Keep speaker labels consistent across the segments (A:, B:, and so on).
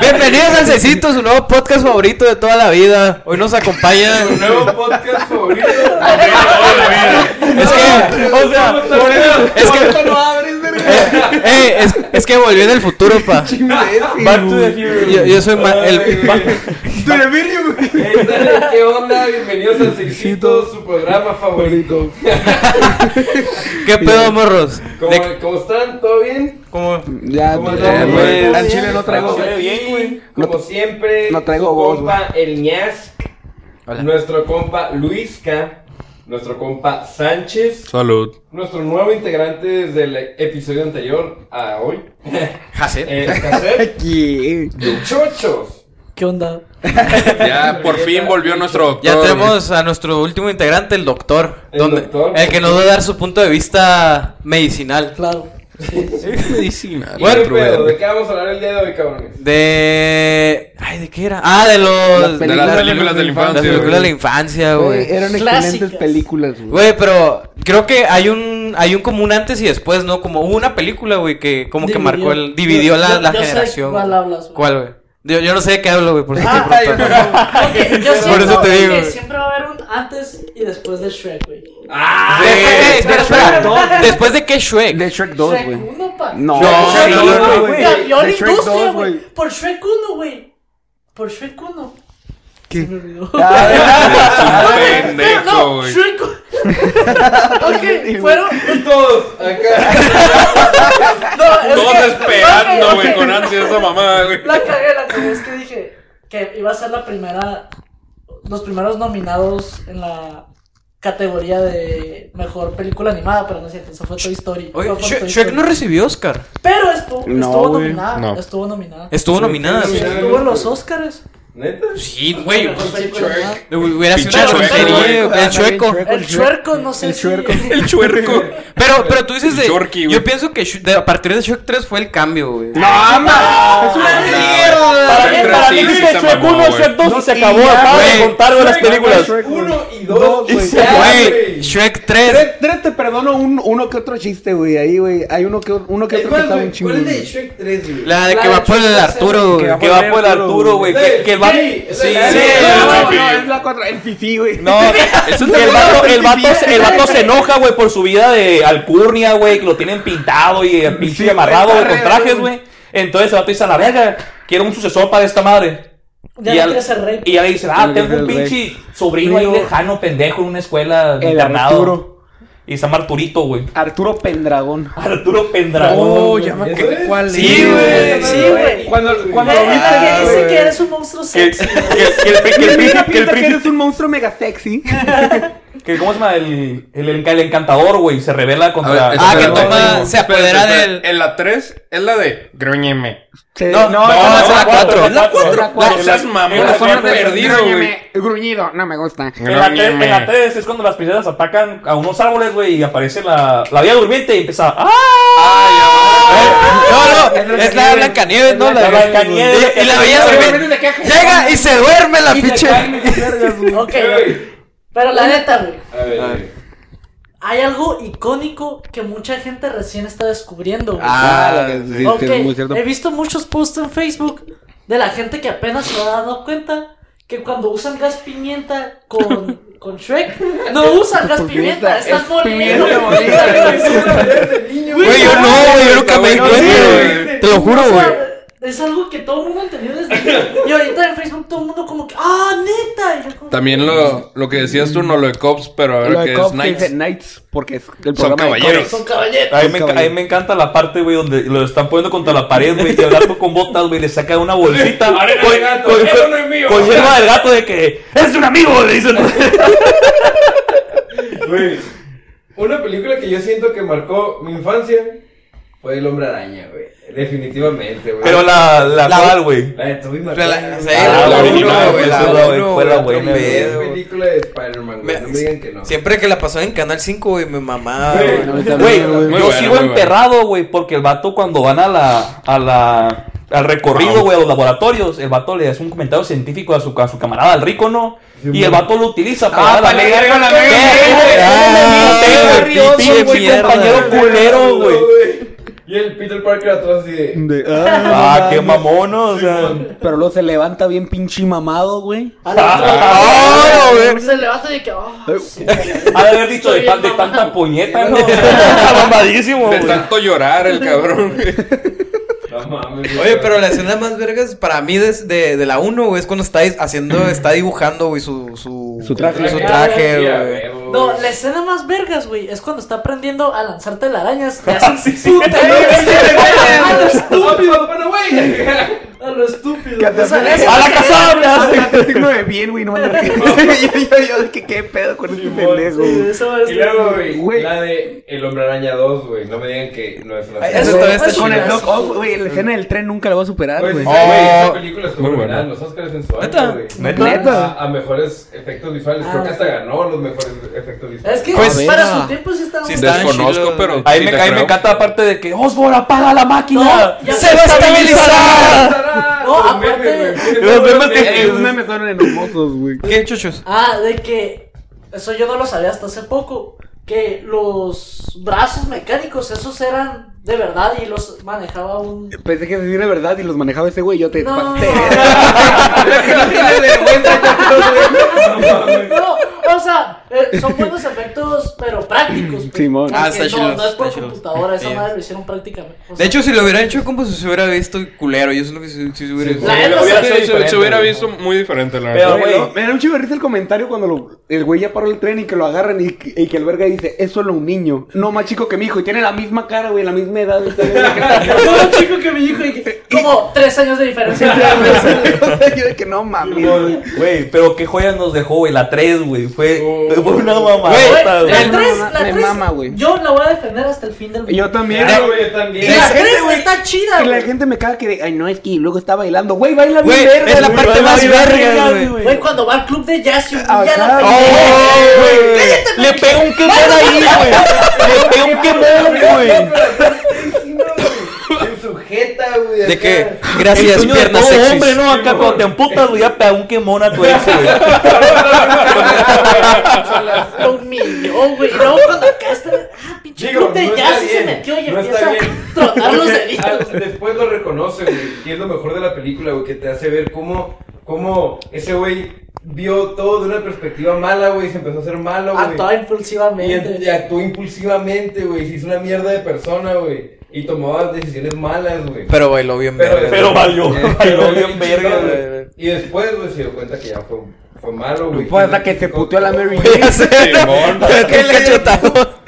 A: Bienvenidos al Cecito, su nuevo podcast favorito de toda la vida. Hoy nos acompaña.
B: Tu nuevo podcast favorito.
A: Es que, o sea, es que,
C: no abres,
A: eh, eh, es, es que volvió en el futuro, pa.
B: Back to the future.
A: Yo, yo soy ma- el.
B: Ey, dale, ¿Qué onda? Bienvenidos al Cecito, su programa favorito.
A: ¿Qué pedo, morros?
B: ¿Cómo,
A: De-
B: cómo están? ¿Todo bien?
A: ¿Cómo?
C: Ya,
B: ¿Cómo
C: ya,
B: andamos?
C: güey.
B: Bien.
C: Ah, Al chile no traigo.
B: Estamos aquí,
C: No
B: Como
C: tra-
B: siempre,
C: no traigo
B: su
C: voz,
B: compa El Ñaz,
A: Hola.
B: nuestro compa Luisca, nuestro compa Sánchez,
D: Salud.
B: nuestro nuevo integrante desde el episodio anterior a hoy,
A: Hacer.
B: eh, Cassette,
C: Aquí.
B: Chochos.
E: ¿Qué onda?
D: Ya por fin volvió nuestro doctor.
A: Ya tenemos a nuestro último integrante, el doctor.
B: El
A: donde-
B: doctor.
A: el que nos va a dar su punto de vista medicinal.
E: Claro.
C: Ah,
D: medicina.
B: Bueno, pero ¿de qué vamos a hablar el día de hoy, cabrones?
A: De. Ay, ¿de qué era? Ah, de los.
C: Las
D: de
C: películas
D: las películas de
A: Las
D: la infancia.
A: películas de la infancia,
C: Güey,
A: güey.
C: Eran
E: Clásicas.
C: excelentes películas, güey.
A: Güey, pero creo que hay un hay un como un antes y después, ¿no? Como hubo una película, güey, que como que
E: Dividió.
A: marcó el dividió la,
E: Yo-
A: la
E: yo sé
A: generación.
E: cuál
A: güey.
E: hablas, güey.
A: ¿Cuál, güey? Yo, yo no sé de qué hablo, güey, por eso
E: Ah,
A: estoy preguntando.
E: Porque yo
A: Por
E: siento
A: eso te digo,
E: que
A: güey.
E: siempre va a haber un antes y después de Shrek, güey.
B: ¡Ah!
A: Eh, eh, espera,
C: Shrek
A: espera.
C: dos.
A: Después de que Shrek.
C: De Shrek 2,
E: Shrek
C: güey.
E: 1, pa.
C: No,
A: No,
C: Shrek
A: sí,
C: dos,
A: no,
C: güey.
E: güey. Cambió la
C: De Shrek
E: industria,
C: dos,
E: güey. Por Shrek 1, güey. Por Shrek 1.
C: ¿Qué?
E: Se me olvidó.
F: Ah,
D: Es un
E: Pero
D: pendejo,
E: no,
D: güey.
E: Shrek 1. ok, fueron.
B: Todos acá.
E: No, es
D: Todos
E: que-
D: esperando,
E: ok,
D: güey,
E: ok.
D: con ansia esa mamá, güey.
E: La cagué, la cagué. Es que dije que iba a ser la primera. Los primeros nominados en la categoría de mejor película animada, pero no es cierto, eso fue Toy Story.
A: Oye,
E: Eso fue
A: Shrek,
E: Toy
A: Shrek
E: Story.
A: no recibió Oscar.
E: Pero estuvo,
C: No,
E: estuvo
C: güey,
E: nominada.
D: no.
E: Estuvo nominada.
A: Estuvo nominada,
E: Sí,
A: güey.
E: estuvo en los Oscars.
B: ¿Neta?
A: Sí, güey.
E: Mejor película
B: Shrek.
E: animada.
A: Hubiera sido
D: Pinche
A: una
D: chueco,
A: grosería,
C: güey.
A: güey, el chueco.
C: Shrek.
E: El chuerco, no sé
C: El
E: si.
C: chuerco.
D: El chuerco.
A: Pero, pero tú dices de.
D: Chorky, güey.
A: yo pienso que Sh- de- a partir de Shrek 3 fue el cambio, güey.
C: No, ma. Es una
D: Para mí-
C: mierda.
D: para mí sí se mamó, güey.
C: No, se acabó. Acaba
A: de
C: contar de las películas.
B: Uno y
C: Dos,
B: dos,
C: güey.
B: güey. Ya,
A: Güey, Shrek 3.
C: Tres, tres, te perdono un, uno que otro chiste, güey. Ahí, güey. Hay uno que, uno que
B: ¿Cuál,
C: otro que estaba un
B: güey?
C: chingo.
B: ¿Cuál es de
C: güey.
B: Shrek 3, güey?
A: La de que
E: La
A: va por el
E: chica,
A: Arturo,
C: que
A: güey.
C: va
A: Que
C: por
A: va
C: el
A: por el
C: Arturo,
A: Arturo, güey. Que, que el va.
B: Sí,
A: Sí, sí.
B: la-
A: güey.
C: No, no, es la cuatro. El fifí, güey.
F: No, que el vato, el, vato, se- el vato se enoja, güey, por su vida de alcurnia, güey, que lo tienen pintado y eh, pinche amarrado, güey, con trajes, güey. Entonces el vato dice, a la verga, quiero un sucesor para esta madre.
E: Ya
F: y,
E: no
F: al-
E: quiere ser rey.
F: y ya le dice, ah,
C: No quiere
F: tengo un
C: ser rey.
F: pinche sobrino ahí
C: Primo.
F: lejano, pendejo, en una escuela de
C: El
F: internado.
C: Arturo.
F: Y se llama Arturito, güey.
C: Arturo Pendragón.
F: Arturo
C: Oh,
F: Pendragón.
B: me
A: acordé cuál es.
B: Sí, güey.
E: Sí, güey.
B: Cuando,
E: Güey,
B: lo viste,
E: la que dice
B: güey. Ah,
E: que eres un monstruo
F: Que,
E: sexy.
F: que- que el, que el- que
C: Mira,
F: el- que el
C: piensa que
F: príncipe-
C: eres un monstruo mega sexy.
F: que- ¿Cómo se llama? El, el, el encantador, güey, se revela
D: A
F: contra...
D: ver,
A: Ah, que
D: espera,
A: toma-
D: espera,
A: se
D: espera,
A: apodera
D: espera.
A: del-
D: En la 3 es la de Gruñeme.
C: Sí,
A: No, no, no,
C: esa es
A: esa
C: la
A: es la
C: cuatro.
A: 4.
C: Es la cuatro.
D: No seas mamón,
F: en la
D: estoy
F: zona de-
D: perdido, güey.
C: Gruñido, no me gusta.
F: En la, te- en la
D: Gruñeme.
F: 3 es cuando las princesas atacan a unos árboles, güey, y aparece la, la vía durmiente y empieza. ¡Ah!
A: No, no, es la de Blancanieves, ¿no? La de
F: Blancanieves.
A: Y y la bella durmiente. Llega y se duerme la pinche.
E: Ok,
B: Güey.
E: pero la neta, güey.
B: A ver, a ver.
E: Hay algo icónico que mucha gente recién está descubriendo, güey.
C: Ah, sí,
E: Ok,
C: sí, es muy cierto.
E: He visto muchos posts en Facebook de la gente que apenas se ha dado cuenta que cuando usan gas pimienta con, con Shrek, no usan gas
C: Porque
E: pimienta,
C: es-
E: están
C: es
E: moliendo.
C: pimienta
A: Güey, yo no, güey, yo nunca me di
D: Cabrón,
A: cuenta,
D: sí,
A: güey. Te lo juro,
E: O sea,
A: güey.
E: Es algo que todo el mundo entendió desde Y ahorita en Facebook todo el mundo como que, ¡ah, neta! Y yo como-
D: También lo, lo que decías tú, no lo de Cops, pero ahora
C: Lo
D: que
C: de
D: es
C: Cobb que dice
D: Knights.
C: Knights, porque es el
D: Son
C: programa de
D: caballeros.
E: Son caballeros.
F: A mí, me, enca- a mí me encanta la parte, güey, donde lo están poniendo contra la pared, güey, que el gato con botas, güey, le saca una bolsita.
B: Arena de
F: con-
B: gato,
F: con-
B: eso
F: con-
B: no es mío.
F: Con hierba del gato de que. ¡Es un amigo! Le dicen.
B: Güey. Una película que yo siento que marcó mi infancia fue El Hombre Araña, güey. Definitivamente, güey.
F: Pero la, la,
A: La-
F: cual, güey.
B: La de Tobey
A: Pero la-
B: Maguire.
A: sí,
F: la- la
B: uno,
F: original,
B: güey,
F: la-
B: la-
F: la-
A: uno,
F: fue la
A: güey,
F: buena,
A: otro
F: güey.
A: pedo, güey.
B: película de Spider-Man, güey.
A: Me-
B: No me digan que no.
A: Siempre que la pasaban en Canal 5, güey, me mamaba,
B: Güey,
A: güey.
C: Knights.
F: Güey,
D: Muy
F: yo
D: bueno,
F: sigo
D: muy bueno.
F: emperrado, güey, porque el vato cuando van a la, a la, al recorrido,
D: Wow.
F: güey, a los laboratorios, el vato le hace un comentario científico a su, a su camarada, al rico, ¿no? y el vato lo utiliza
B: Ah,
F: para...
C: para ligar con la
F: ¿Qué?
C: amiga.
F: ¿Qué?
A: Ah,
F: ¿Qué?
A: pinche
F: Pinche
A: mierda,
F: compañero
A: güey.
F: culero, güey.
B: Y el Peter Parker atrás así de.
C: De- ah,
F: Ah, qué mamón, ¿no? O sea.
C: Pero luego se levanta bien pinche mamado, güey.
E: A la
F: Ah,
E: otra,
F: a ver.
E: Se levanta y que. oh, sí.
F: Ha de haber dicho de,
E: Estoy
F: tan- de
E: bien
F: tanta
E: mamado.
F: puñeta, ¿no? Mamadísimo,
D: De
F: güey.
D: tanto llorar el cabrón. güey.
B: No mames.
A: Oye, pero la escena más vergas para mí de, de, de la 1, güey, es cuando está dis- haciendo, está dibujando, güey, su, su,
C: Su traje.
A: Su traje,
B: Sí, a
A: güey.
B: huevo,
E: No,
B: güey.
E: la escena más vergas, güey, es cuando está aprendiendo a lanzar telarañas. Le hace un puta a lo estúpido,
B: Ah, Bueno, güey.
E: a lo estúpido.
C: Que te
E: O sea,
C: hace-
E: ese-
F: ¡A la casabla!
C: Tengo de bien, güey, no me yo, yo, yo, de que qué pedo con este pendejo,
E: Sí,
C: güey.
E: eso es-
B: Y luego, güey,
C: Güey.
B: la de El Hombre Araña 2, güey. No me digan que no es una
A: Ay,
B: serie.
A: eso todavía está
E: Eso
C: Con
A: chido.
C: el Doc Ock, güey, la escena del tren nunca la voy a superar,
B: Güey,
C: güey.
B: esa- güey, esa
D: Oh.
B: película estuvo
D: Muy
B: nominada a
D: buena.
B: los Oscars en su
A: ¿Neta?
B: año, güey.
A: ¿Neta?
C: ¿Neta?
B: A, a mejores efectos visuales. Creo
E: Ah.
B: que hasta ganó los mejores efectos visuales.
E: Es que
A: Pues-
E: para su tiempo sí estaba
A: Sí
E: muy-
A: está. Están
D: Desconozco,
A: chidos,
D: pero.
A: güey.
F: Ahí
D: sí
F: me,
D: te
F: ahí me
D: creo.
F: encanta aparte de que Osborne apaga la máquina.
E: No, ya
A: ¡Se va a estabilizar!
E: No,
B: Los
E: aparte-
B: memes, güey.
F: Los memes
B: eh,
F: que-
C: Esos memes son hermosos, güey.
A: ¿Qué, chuchos?
E: Ah, de que. Eso yo no lo sabía hasta hace poco. Que los brazos mecánicos, esos eran de verdad y los manejaba un.
C: Pensé que decir de verdad y los manejaba ese güey, yo te
E: No.
C: espanté. que no tiene vergüenza, cabrón, güey.
E: No, o sea, eh, son buenos efectos, pero prácticos. pues.
C: Simón.
E: Porque
A: Ah, está
E: no,
A: chilos,
E: no es por
A: está chilos.
E: computadora, esa
A: Sí.
E: madre lo hicieron prácticamente. o
A: De
E: sea,
A: hecho, si lo hubieran hecho como si se hubiera visto culero, yo es lo que se, si se hubiera
E: La
D: Sí,
E: neta
D: lo
E: se
D: hubiera-
F: hace
D: se- se,
F: diferente,
D: hubiera
F: güey.
D: visto muy diferente, la
F: Pero,
D: verdad.
C: Güey,
F: güey.
C: no, me da un chivo de risa el comentario cuando lo- el güey ya paró el tren y que lo agarran y que- y que el verga dice, es solo un niño, no más chico que mi hijo, y tiene la misma cara, güey, la misma edad. está bien, acá.
E: Todo un chico que me dijo y que- como tres años de diferencia.
C: Yo de que no mames. güey.
F: Güey, pero qué joyas nos dejó, güey. La 3, güey. Fue,
A: Oh.
F: fue una
E: Güey,
F: mamadota,
E: la
F: güey.
C: el-
E: tres,
C: Me
E: la tres,
C: mama, güey.
E: yo la voy a defender hasta el fin del mundo.
C: Yo también.
B: Claro,
C: güey.
B: Ah, güey, yo
E: Y
B: también.
E: la
C: gente,
E: tres
C: güey,
E: está chida,
C: Y la
E: güey.
C: gente me caga que, ay, no, es que luego está bailando. Güey, baila bien
A: Güey,
C: verga.
A: es la
C: güey.
A: parte más
F: Güey,
A: verga,
F: güey. Oh,
A: güey.
E: Güey, cuando va al club de jazz y
C: Ah,
E: humilla a la
C: claro.
E: primera.
F: güey. Le pega un quemón ahí, güey. Le pega un quemón, güey.
B: En su jeta, güey.
A: De
B: acá.
A: que,
F: El
A: gracias,
F: sueño de
A: piernas
F: todo
A: sexys.
F: hombre, ¿no? Acá cuando te emputas, güey, ya pega un quemón a tu ex, güey.
E: Lo humilló, güey. Y luego cuando acá está, ah, pinche
B: Digo,
E: club de
B: no
E: jazz
B: está
E: y se
B: bien,
E: metió y
B: no
E: empieza
B: está
E: a
B: bien.
E: tronar los deditos.
B: Ah, Después lo reconoce, güey. Y es lo mejor de la película, güey, que te hace ver cómo, cómo ese güey vio todo de una perspectiva mala, güey. y Se empezó a hacer malo, güey.
E: Actuaba
B: Y, en- y
E: impulsivamente.
B: actuó impulsivamente, güey. Se hizo una mierda de persona, güey. Y tomaba decisiones malas, güey.
A: Pero bailó bien verga.
F: Pero valió,
B: Eh,
F: valió
B: chingado,
F: bien verga,
B: güey.
F: güey.
B: Y después, güey, se dio cuenta que ya fue, fue malo, güey.
C: Pues
B: Y
C: hasta
B: lo
C: que se
B: criticó.
C: puteó a la Mary
A: Ya
C: Jane.
A: sé.
D: Simón.
A: Qué cachetado.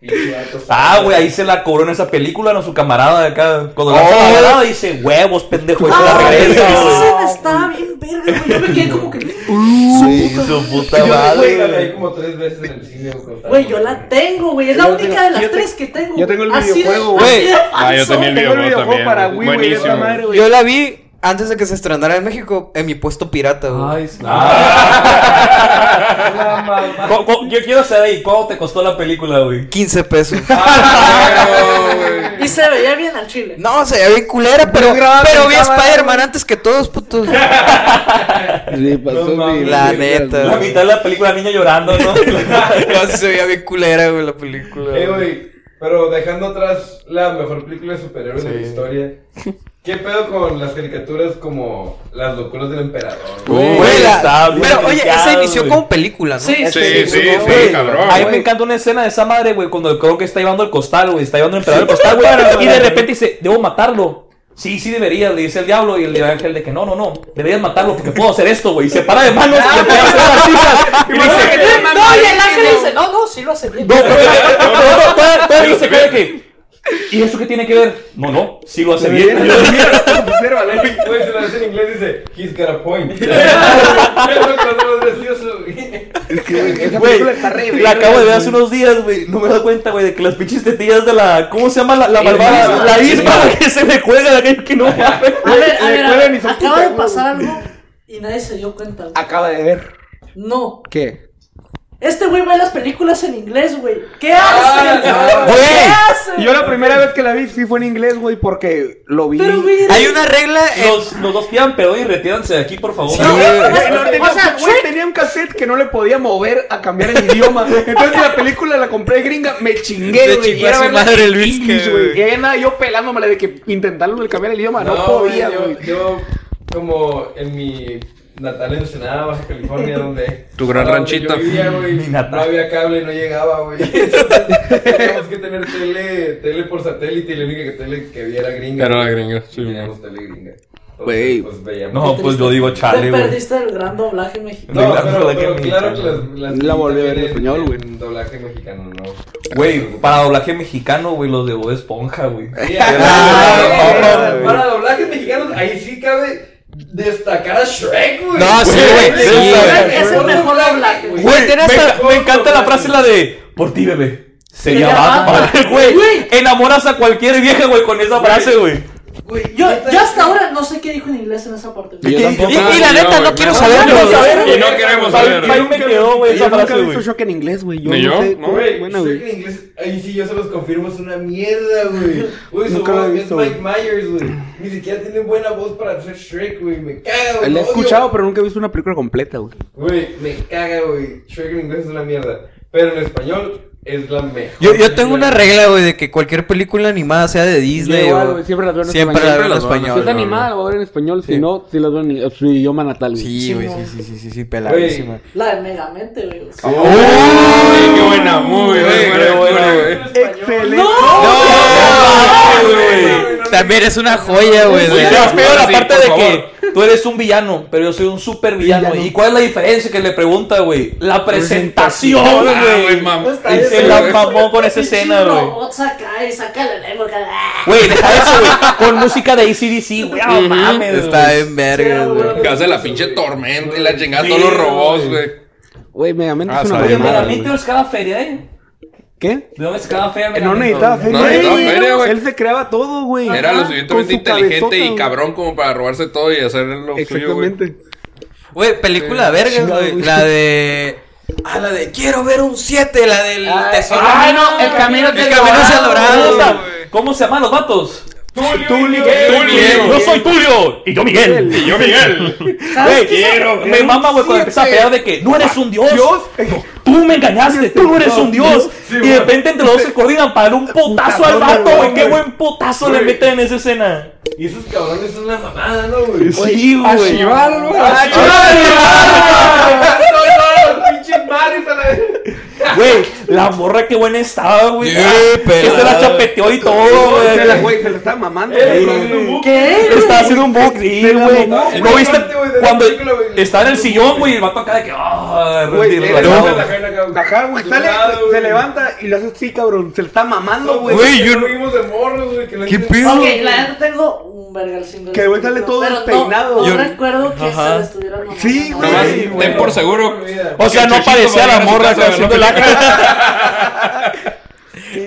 B: Pinche vato,
F: Ah,
B: sabe.
F: güey, ahí se la cobró en esa película, ¿no? Su camarada de acá. Cuando la
A: Oh.
F: lanza la balada, dice, huevos, pendejo, y se la
E: Ah, güey,
F: regresa,
E: esa
F: güey.
E: escena estaba bien verga, güey. Yo me quedé como que.
F: Sí, su puta
B: Yo,
F: madre,
B: güey, la
F: güey.
B: leí como tres veces en el cine, güey.
E: Güey, yo la tengo, güey. Es la
C: Yo
E: única
C: tengo-
E: de las
C: yo te-
E: tres que tengo.
C: yo tengo el
E: Así de-
C: videojuego,
E: así
A: güey.
E: de
D: Ah, yo
E: falso.
D: tenía el
C: Tengo el
D: videojuego
C: videojuego
D: también.
C: para Wii,
D: güey.
C: güey, esa
D: Buenísimo.
C: madre, güey.
A: Yo la vi antes de que se estrenara en México en mi puesto pirata, güey.
B: La mamá.
F: Cu- cu- Yo quiero saber ahí, ¿cuánto te costó la película, güey?
A: 15 pesos.
E: Y se veía bien al chile.
A: No, se veía bien culera, pero,
C: Yo grababa
A: pero
C: con
A: vi a
C: cámara,
A: Spider-Man
C: güey.
A: antes que todos, putos.
C: Sí,
B: Pues
C: pasó
B: mames.
C: de
A: La
B: Eh,
C: verga,
A: neta,
F: La
C: güey.
F: mitad de la película, niña llorando, ¿no?
A: No, Eh. sí se veía bien culera, güey, la película.
B: Eh, güey, pero dejando atrás la mejor película de superhéroes de la historia. ¿Qué pedo con las caricaturas como Las locuras del emperador? güey?
C: Güey,
A: Güey, la-
F: está bien
A: Pero oye, esa
F: picado,
A: inició
F: güey.
A: como película, ¿no?
E: Sí,
D: Sí,
E: sí,
D: sí, sí,
F: Güey,
D: cabrón.
F: A mí
D: güey.
F: me encanta una escena de esa madre, güey, cuando el que está llevando el costal, güey, está llevando el emperador el costal, güey, y de repente dice, debo matarlo. Sí, sí debería, le dice el diablo y el ángel de que no, no, no, deberías matarlo porque puedo hacer esto, güey, y se para de manos y le empieza a hacer las cifras, y le dice,
A: eh,
E: No, y el ángel dice, no, no, sí lo hace bien.
F: no, no, no, no, todavía- todavía dice, "Cállate". ¿Y eso qué tiene que ver? No, no, sí lo hace bien.
C: Obsérvalo, güey.
B: Güey, se lo dice en inglés dice, he's got a point. Pero cuando lo decías, güey.
C: Es que, güey, Esa
F: Güey,
C: película está re
F: la
C: verga,
F: acabo de ver hace
C: güey.
F: unos días, güey. No me he dado cuenta, güey, de que las pinches tetillas de la. ¿Cómo se llama la, la
B: Isma.
F: malvada? La isma güey, que se me juega de aquel que no mames.
E: A
A: eh,
E: ver, a
C: Le
E: ver, a
C: cuelgan y
E: ver,
C: son
E: acaba
C: putas,
E: de pasar algo y nadie se dio cuenta. güey.
C: Acaba de ver.
E: No,
C: ¿Qué?
E: Este güey ve las películas en inglés, güey. ¿Qué haces?
B: Ah,
E: ¿Qué
A: güey.
E: haces?
C: Yo la primera vez que la vi sí fue en inglés, güey, porque lo vi.
E: Pero, güey,
A: Hay una regla. en-
F: Los, los dos pidan pedo y retíranse de aquí, por favor.
A: Sí,
C: No,
A: güey.
C: güey, no,
E: O
C: tenía,
E: sea,
C: güey,
E: Shrek-
C: tenía un cassette que no le podía mover a cambiar el idioma. Entonces la película la compré gringa, me
A: Se
C: chingué, güey.
A: chingó
C: Y
A: a
C: era
A: su
C: verla
A: madre
C: en
A: Luis,
C: English,
A: que-
C: güey. Y ahí andaba yo pelándomela de que intentaron el cambiar el idioma, Ah, no, podía,
B: güey,
C: güey.
B: Yo, yo, como en mi natal Ensenada, Baja California, donde.
D: Tu gran
B: donde
D: ranchito.
B: yo vivía, güey,
F: Mi natal.
B: No había cable, no llegaba, güey. Entonces, Teníamos que tener tele, tele por satélite y la única que tele que había era gringa.
D: Era la
B: güey.
D: gringa, sí,
B: Teníamos tele gringa. Entonces,
C: Güey.
B: Pues veíamos.
F: No, pues yo digo chale,
E: Te
F: güey.
E: perdiste el gran doblaje mexicano.
B: No,
F: la-
B: pero,
F: la que
B: pero
F: me-
B: claro que las, las
C: La volví a ver en
B: también
C: español, güey.
B: Doblaje mexicano, no.
F: Güey, para doblaje mexicano, güey, los de Bob Esponja, güey.
B: Sí,
A: Ah,
B: güey. Para doblajes mexicanos, ahí sí cabe destacar a Shrek, güey.
A: No, sí, güey, sí,
E: güey. Es el mejor doblaje, güey.
F: Güey, tiene hasta-
B: mejor
F: me encanta la
B: doblaje.
F: frase la de por ti, bebé. Sería
E: Sería
F: Batman,
E: Batman".
F: güey.
E: Güey.
F: Enamoras a cualquier vieja, güey, con esa frase, güey.
E: Güey, yo, yo hasta ahora no sé qué dijo en inglés en esa parte. güey.
C: Yo tampoco.
A: eh, Y, y la neta, no quiero saberlo.
F: No quiero saberlo.
D: Y no queremos
F: Pa-
D: saber.
F: pa- ahí me quedó, güey,
C: Yo
F: esa
C: nunca
F: frase,
C: he
F: güey.
C: visto shock en inglés, güey. Yo
D: Ni
C: no
D: yo,
C: sé
D: ¿no?
C: cómo
B: Güey,
C: es buena,
B: Shrek
C: güey.
B: en inglés, ahí sí yo se los confirmo, es una mierda, güey. Güey, su
C: Nunca lo
B: voz
C: he
B: es
C: visto,
B: Mike Myers, güey. Ni siquiera tiene buena voz para hacer Shrek, güey. Me caga, güey.
C: La he
B: lo odio.
C: escuchado, pero nunca he visto una película completa, güey.
B: Güey, me caga, güey. Shrek en inglés es una mierda. Pero en español es la mejor.
A: Yo, yo tengo
B: película.
A: una regla, güey, de que cualquier película animada sea de Disney
C: Yo igual,
A: o...
C: güey, siempre las veo en
A: siempre la veo en
C: español.
D: Siempre las veo en
A: español.
C: Si es
D: español.
A: güey.
C: animada, la voy a ver en español. Si
A: Sí.
C: no, si las veo en su idioma natal, güey.
A: Sí, güey,
E: güey.
A: sí, sí, sí, sí, sí, peladísima.
E: La de Megamente, güey. o sea.
D: Uy, qué buena
F: Güey,
D: movie, güey. Qué
F: qué buena,
D: buena,
F: güey.
B: En español.
C: ¡Excelente!
E: ¡No!
D: güey.
A: güey. También es una joya, güey.
F: Güey,
A: Pues, de-
F: ya has pegado
D: ahora
F: la
D: sí,
F: parte
D: por
F: de
D: favor.
F: que tú eres un villano, pero yo soy un super villano.
C: Villano.
F: ¿Y cuál es la diferencia que le pregunta, güey? La presentación,
D: Ah, güey,
F: güey.
D: mam.
E: Está
F: Ahí
E: bien,
F: se
E: güey.
F: la mamó con esa
E: Pinche
F: escena, güey.
E: robot saca y saca la lengua, cada-
F: Güey, deja eso, güey. Con música de ACDC, güey. No mames,
A: Está
F: güey.
A: en verga,
E: Sí,
A: güey.
E: güey.
D: Que hace la pinche tormenta y la chingada a todos los robots, güey.
C: Güey, Megamente
D: Ah,
C: es una
D: sabe,
F: Oye, me
C: mamada,
F: la
C: güey.
F: mito es cada feria, ¿eh?
C: ¿Qué?
F: ¿De dónde se cada feria?
C: No
F: Megamente,
C: necesitaba
F: güey?
C: feria,
D: No necesitaba
C: güey.
D: feria, güey.
C: Él se creaba todo, güey.
D: Era lo
C: Ajá,
D: suficientemente
C: con su
D: inteligente y
C: cabezota,
D: cabrón como para robarse todo y hacer lo
C: güey.
D: suyo, güey.
C: Exactamente.
A: Güey, película verga,
C: Chingado,
A: güey.
C: güey.
A: La de... Ah, la de Quiero ver un 7, la del tesoro.
F: Ah,
E: ay, no, el camino
A: El camino hacia el dorado.
F: ¿Cómo se- ¿Cómo se llaman los vatos?
D: Tulio,
F: Tulio. Yo soy Tulio. Y yo Miguel.
D: Y yo Miguel.
E: ¿Sabes qué?
D: Quiero.
F: Me mama, güey, cuando empieza a pelear de que no eres un dios. Tú me engañaste, tú no eres un dios. y de repente entre los dos se coordinan para dar un potazo al vato, güey. Qué buen potazo le meten en esa escena.
B: Y esos cabrones son una mamada, ¿no, güey?
F: Sí,
C: A Shivar, güey. A Shivar.
B: Pinche mares a la vez.
F: Güey, la morra qué buena estaba, güey. Ah,
A: Yeah,
F: que se la
A: pelada.
F: chapeteó y todo,
C: Se la,
F: güey.
C: güey, se la estaba mamando.
B: Eh,
C: güey.
B: con un buque.
E: ¿Qué?
F: Estaba haciendo un book, sí,
C: la
F: güey.
C: mamó.
F: ¿No viste?
B: Aparte, güey, de la
F: Cuando
B: película, güey. eh,
F: está en el sillón, güey, y el vato acá de que. ah,
C: Güey,
F: relajado,
C: era-
F: güey.
C: Ajá, güey, sale, se, se levanta y lo hace así, cabrón. Se le está mamando, güey.
A: Güey, yo-
B: yo vimos de morros, güey. que no
A: ¿Qué
B: entienden-
A: pedo?
E: Ok, la neta tengo un vergal single.
C: Que güey sale todo despeinado.
E: No,
A: Yo-
E: recuerdo que
A: Ajá.
E: se lo estuvieran mamando.
C: Sí, güey.
D: Nomás
C: Sí,
D: ten
C: güey.
D: por seguro.
F: O sea,
D: Que
F: no
D: Chuchito
F: parecía
D: va
F: la
D: a llegar a su
F: morra que
D: casa,
F: estaba haciendo
D: ¿no?
F: la
E: Qué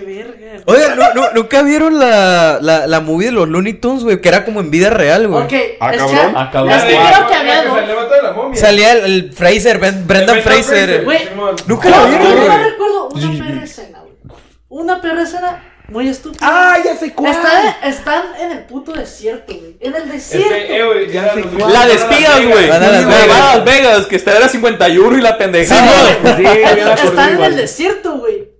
E: verga.
A: Oye, no, no, ¿nunca vieron la, la, la movie de los Looney Tunes, güey? Que era como en vida real, güey.
E: Ok, es
D: Ah,
E: que,
D: cabrón.
F: Ah, cabrón.
E: es que
F: Wow.
E: creo que había
B: Se
E: dos.
B: levanta de la momia.
A: Salía el, el Fraser, Ben- Brendan
B: Brendan
A: Fraser.
B: Fraser.
E: Güey,
A: Nunca
E: yo
A: la
E: yo
A: vieron,
E: no
A: güey.
E: recuerdo una perra escena, güey. Una perra escena muy estúpida.
C: Ah, ya sé cuál.
E: Está- están en el puto desierto, güey. En el desierto.
B: Este, eh, güey, ya
C: Ya sé
B: nos-
C: cuál.
F: La de espigas, güey.
A: Van
F: Van
A: a Las Vegas.
F: a Las Vegas, que está en la 51 y la pendejada.
C: Sí, ya me acordé
E: están en
C: igual.
E: el desierto, güey.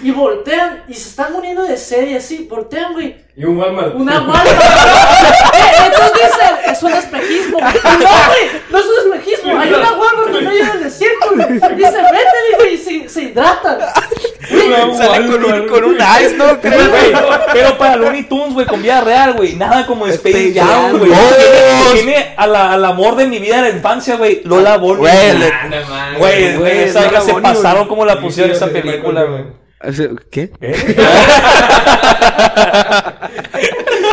E: Y voltean y se están uniendo de serie así. Voltean, güey.
B: Y un Walmart.
E: Una guarda. Eh, Entonces dicen, es un espejismo. Y No, güey, no es un espejismo. Hay una guarda que no llega al desierto, güey. Y se meten, güey, y se, se hidratan. Güey,
A: Sale con un, con un ice, ¿no?
F: Pero, güey, pero para Looney Tunes, güey, con vida real, güey. Nada como Space
C: Space
F: Jam,
C: Jam,
F: güey.
A: ¡Vamos!
F: Tiene a la- al amor de mi vida de la infancia, güey. Lola Bonnie.
A: Güey, le-
B: Ah, no mames.
F: Güey,
C: güey,
F: güey, esa
C: Lola
F: hija se
C: Bonnie,
F: pasaron como la
B: Sí,
F: pusieron
B: sí,
F: esa
B: sí, sí,
F: película,
B: Michael,
F: güey.
C: O sea, ¿Qué?